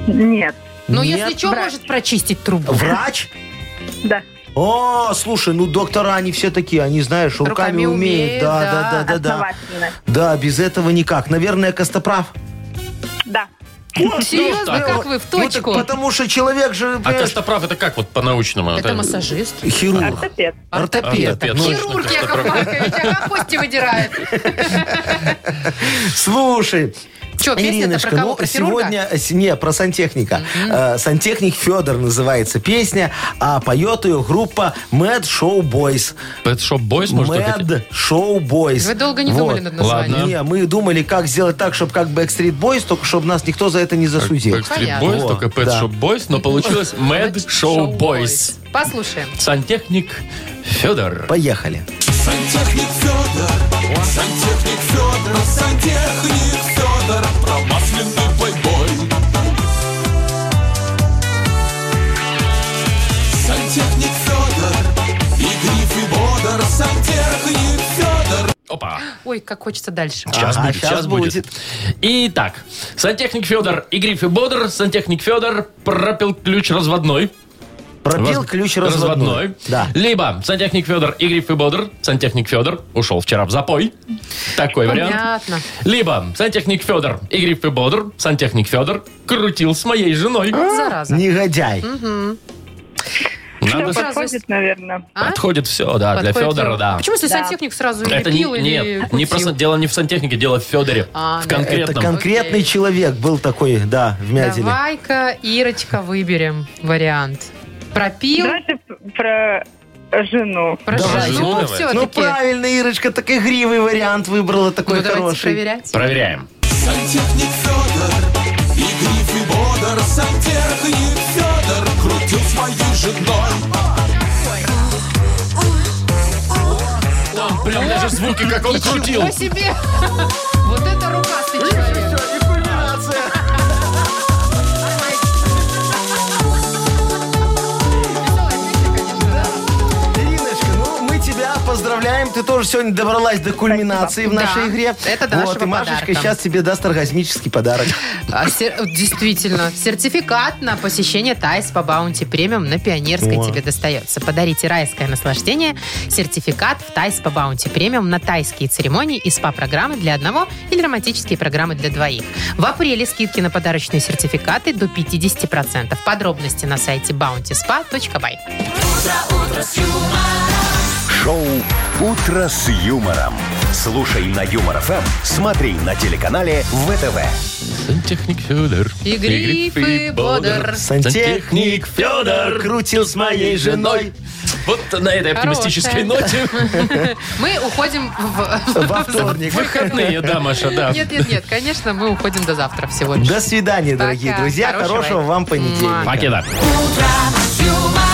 [SPEAKER 7] Нет.
[SPEAKER 3] Ну,
[SPEAKER 4] Нет.
[SPEAKER 3] если что,
[SPEAKER 7] брат.
[SPEAKER 3] может прочистить трубу.
[SPEAKER 4] Врач?
[SPEAKER 7] Да.
[SPEAKER 4] О, слушай, ну доктора они все такие, они, знаешь, руками,
[SPEAKER 3] Руками
[SPEAKER 4] умеют.
[SPEAKER 3] умеют,
[SPEAKER 4] да,
[SPEAKER 3] да,
[SPEAKER 4] да, да, да, да.
[SPEAKER 7] Основательно.
[SPEAKER 4] Да, без этого никак. Наверное, Костоправ.
[SPEAKER 7] Да.
[SPEAKER 3] Серьезно,
[SPEAKER 2] Ну, так.
[SPEAKER 3] как вы, в
[SPEAKER 4] Ну, так
[SPEAKER 3] точку?
[SPEAKER 4] потому что человек
[SPEAKER 2] А
[SPEAKER 4] же, понимаешь,
[SPEAKER 2] Костоправ это как вот по-научному? а,
[SPEAKER 3] Это массажист.
[SPEAKER 4] хирург,
[SPEAKER 7] Ортопед.
[SPEAKER 4] ортопед.
[SPEAKER 2] Ортопед.
[SPEAKER 4] Ну,
[SPEAKER 2] Точно,
[SPEAKER 3] Хирург
[SPEAKER 2] как-то
[SPEAKER 3] Яков
[SPEAKER 2] правда.
[SPEAKER 3] Маркович, ага, а кости выдирает.
[SPEAKER 4] Слушай,
[SPEAKER 3] Че, песня-то про
[SPEAKER 4] Ириночка,
[SPEAKER 3] кого?
[SPEAKER 4] ну
[SPEAKER 3] Про хирурга?
[SPEAKER 4] сегодня э, с- не про сантехника. Э, сантехник Федор называется песня, а поет ее группа Mad Show Boys.
[SPEAKER 2] Pet Shop Boys, может, это-
[SPEAKER 4] Mad Show Boys.
[SPEAKER 3] Вы долго не
[SPEAKER 4] Вот. А,
[SPEAKER 3] думали над названием?
[SPEAKER 2] Ладно.
[SPEAKER 4] Не, мы думали, как сделать так, чтобы как Backstreet Boys, только чтобы нас никто за это не засудил.
[SPEAKER 2] Backstreet
[SPEAKER 3] Понятно.
[SPEAKER 2] Boys,
[SPEAKER 4] О,
[SPEAKER 2] только Pet
[SPEAKER 4] да.
[SPEAKER 2] Shop Boys, но получилось Mad Show Boys.
[SPEAKER 3] Послушаем.
[SPEAKER 2] Сантехник Федор.
[SPEAKER 4] Поехали.
[SPEAKER 2] Опа.
[SPEAKER 3] Ой, как хочется дальше.
[SPEAKER 2] Сейчас
[SPEAKER 4] Ага,
[SPEAKER 2] будет,
[SPEAKER 4] А, щас
[SPEAKER 2] сейчас будет.
[SPEAKER 4] будет.
[SPEAKER 2] Итак, сантехник Федор и Гриф и Бодр. Сантехник Федор пропил ключ разводной.
[SPEAKER 4] Пропил
[SPEAKER 2] Раз-
[SPEAKER 4] ключ разводной. Да.
[SPEAKER 2] Либо сантехник Федор и Гриф и Бодр. Сантехник Федор ушел вчера в запой. Такой вариант.
[SPEAKER 3] Понятно.
[SPEAKER 2] Либо сантехник Федор и Гриф и Бодр. Сантехник Федор крутил с моей женой.
[SPEAKER 3] Зараза.
[SPEAKER 4] Негодяй.
[SPEAKER 2] Надо-
[SPEAKER 3] А сразу-
[SPEAKER 7] Подходит, наверное.
[SPEAKER 3] А?
[SPEAKER 2] Подходит все, да,
[SPEAKER 3] Подходит
[SPEAKER 2] для Федора,
[SPEAKER 3] Федор.
[SPEAKER 2] да.
[SPEAKER 3] Почему если
[SPEAKER 7] Да.
[SPEAKER 3] сантехник сразу или
[SPEAKER 2] Это не,
[SPEAKER 3] пил, или
[SPEAKER 2] нет, не
[SPEAKER 3] кутил?
[SPEAKER 2] просто дело не в сантехнике, дело в Федоре.
[SPEAKER 3] А,
[SPEAKER 2] в
[SPEAKER 3] да.
[SPEAKER 4] Это
[SPEAKER 2] конкретном.
[SPEAKER 4] конкретный
[SPEAKER 3] Окей.
[SPEAKER 4] человек был такой, да, в Мядине.
[SPEAKER 3] Давай-ка, Ирочка, выберем вариант. Пропил,
[SPEAKER 7] Давайте п- про жену.
[SPEAKER 3] про
[SPEAKER 2] давай.
[SPEAKER 3] жену
[SPEAKER 2] Ну, давай.
[SPEAKER 3] все-таки.
[SPEAKER 4] Ну, правильно, Ирочка, так игривый вариант выбрала, такой
[SPEAKER 3] давайте
[SPEAKER 4] хороший.
[SPEAKER 3] проверять.
[SPEAKER 2] Проверяем. Там прям даже звуки, как он крутил.
[SPEAKER 3] Ничего себе! Вот это рукастый человек.
[SPEAKER 4] Ириночка, ну мы тебя поздравляем. Ты тоже сегодня добралась до кульминации в нашей
[SPEAKER 3] Да,
[SPEAKER 4] игре.
[SPEAKER 3] это до
[SPEAKER 4] Вот,
[SPEAKER 3] нашего
[SPEAKER 4] и Машечка
[SPEAKER 3] подарка.
[SPEAKER 4] сейчас тебе даст оргазмический подарок.
[SPEAKER 3] А, сер- Действительно, сертификат на посещение Тайс по Баунти Премиум на Пионерской тебе достается. Подарите райское наслаждение. Сертификат в Тайс по Баунти Премиум на тайские церемонии и СПА-программы для одного или романтические программы для двоих. В апреле скидки на подарочные сертификаты до 50%. Подробности на сайте bountyspa.by.
[SPEAKER 1] Шоу «Утро с юмором». Слушай на Юмор ФМ, смотри на телеканале ВТВ.
[SPEAKER 2] Сантехник Федор.
[SPEAKER 3] И Гриф, и Бодр.
[SPEAKER 2] Сантехник Федор
[SPEAKER 4] крутил с моей женой.
[SPEAKER 2] Вот на этой оптимистической ноте
[SPEAKER 3] Мы уходим в...
[SPEAKER 4] Во вторник.
[SPEAKER 2] выходные, да, Маша, да.
[SPEAKER 3] Нет, нет, нет, конечно, мы уходим до завтра всего лишь.
[SPEAKER 4] До свидания, дорогие
[SPEAKER 3] Пока.
[SPEAKER 4] друзья.
[SPEAKER 3] Хорошего
[SPEAKER 4] Хорошего вам понедельника.
[SPEAKER 2] Покеда.
[SPEAKER 9] Юмор.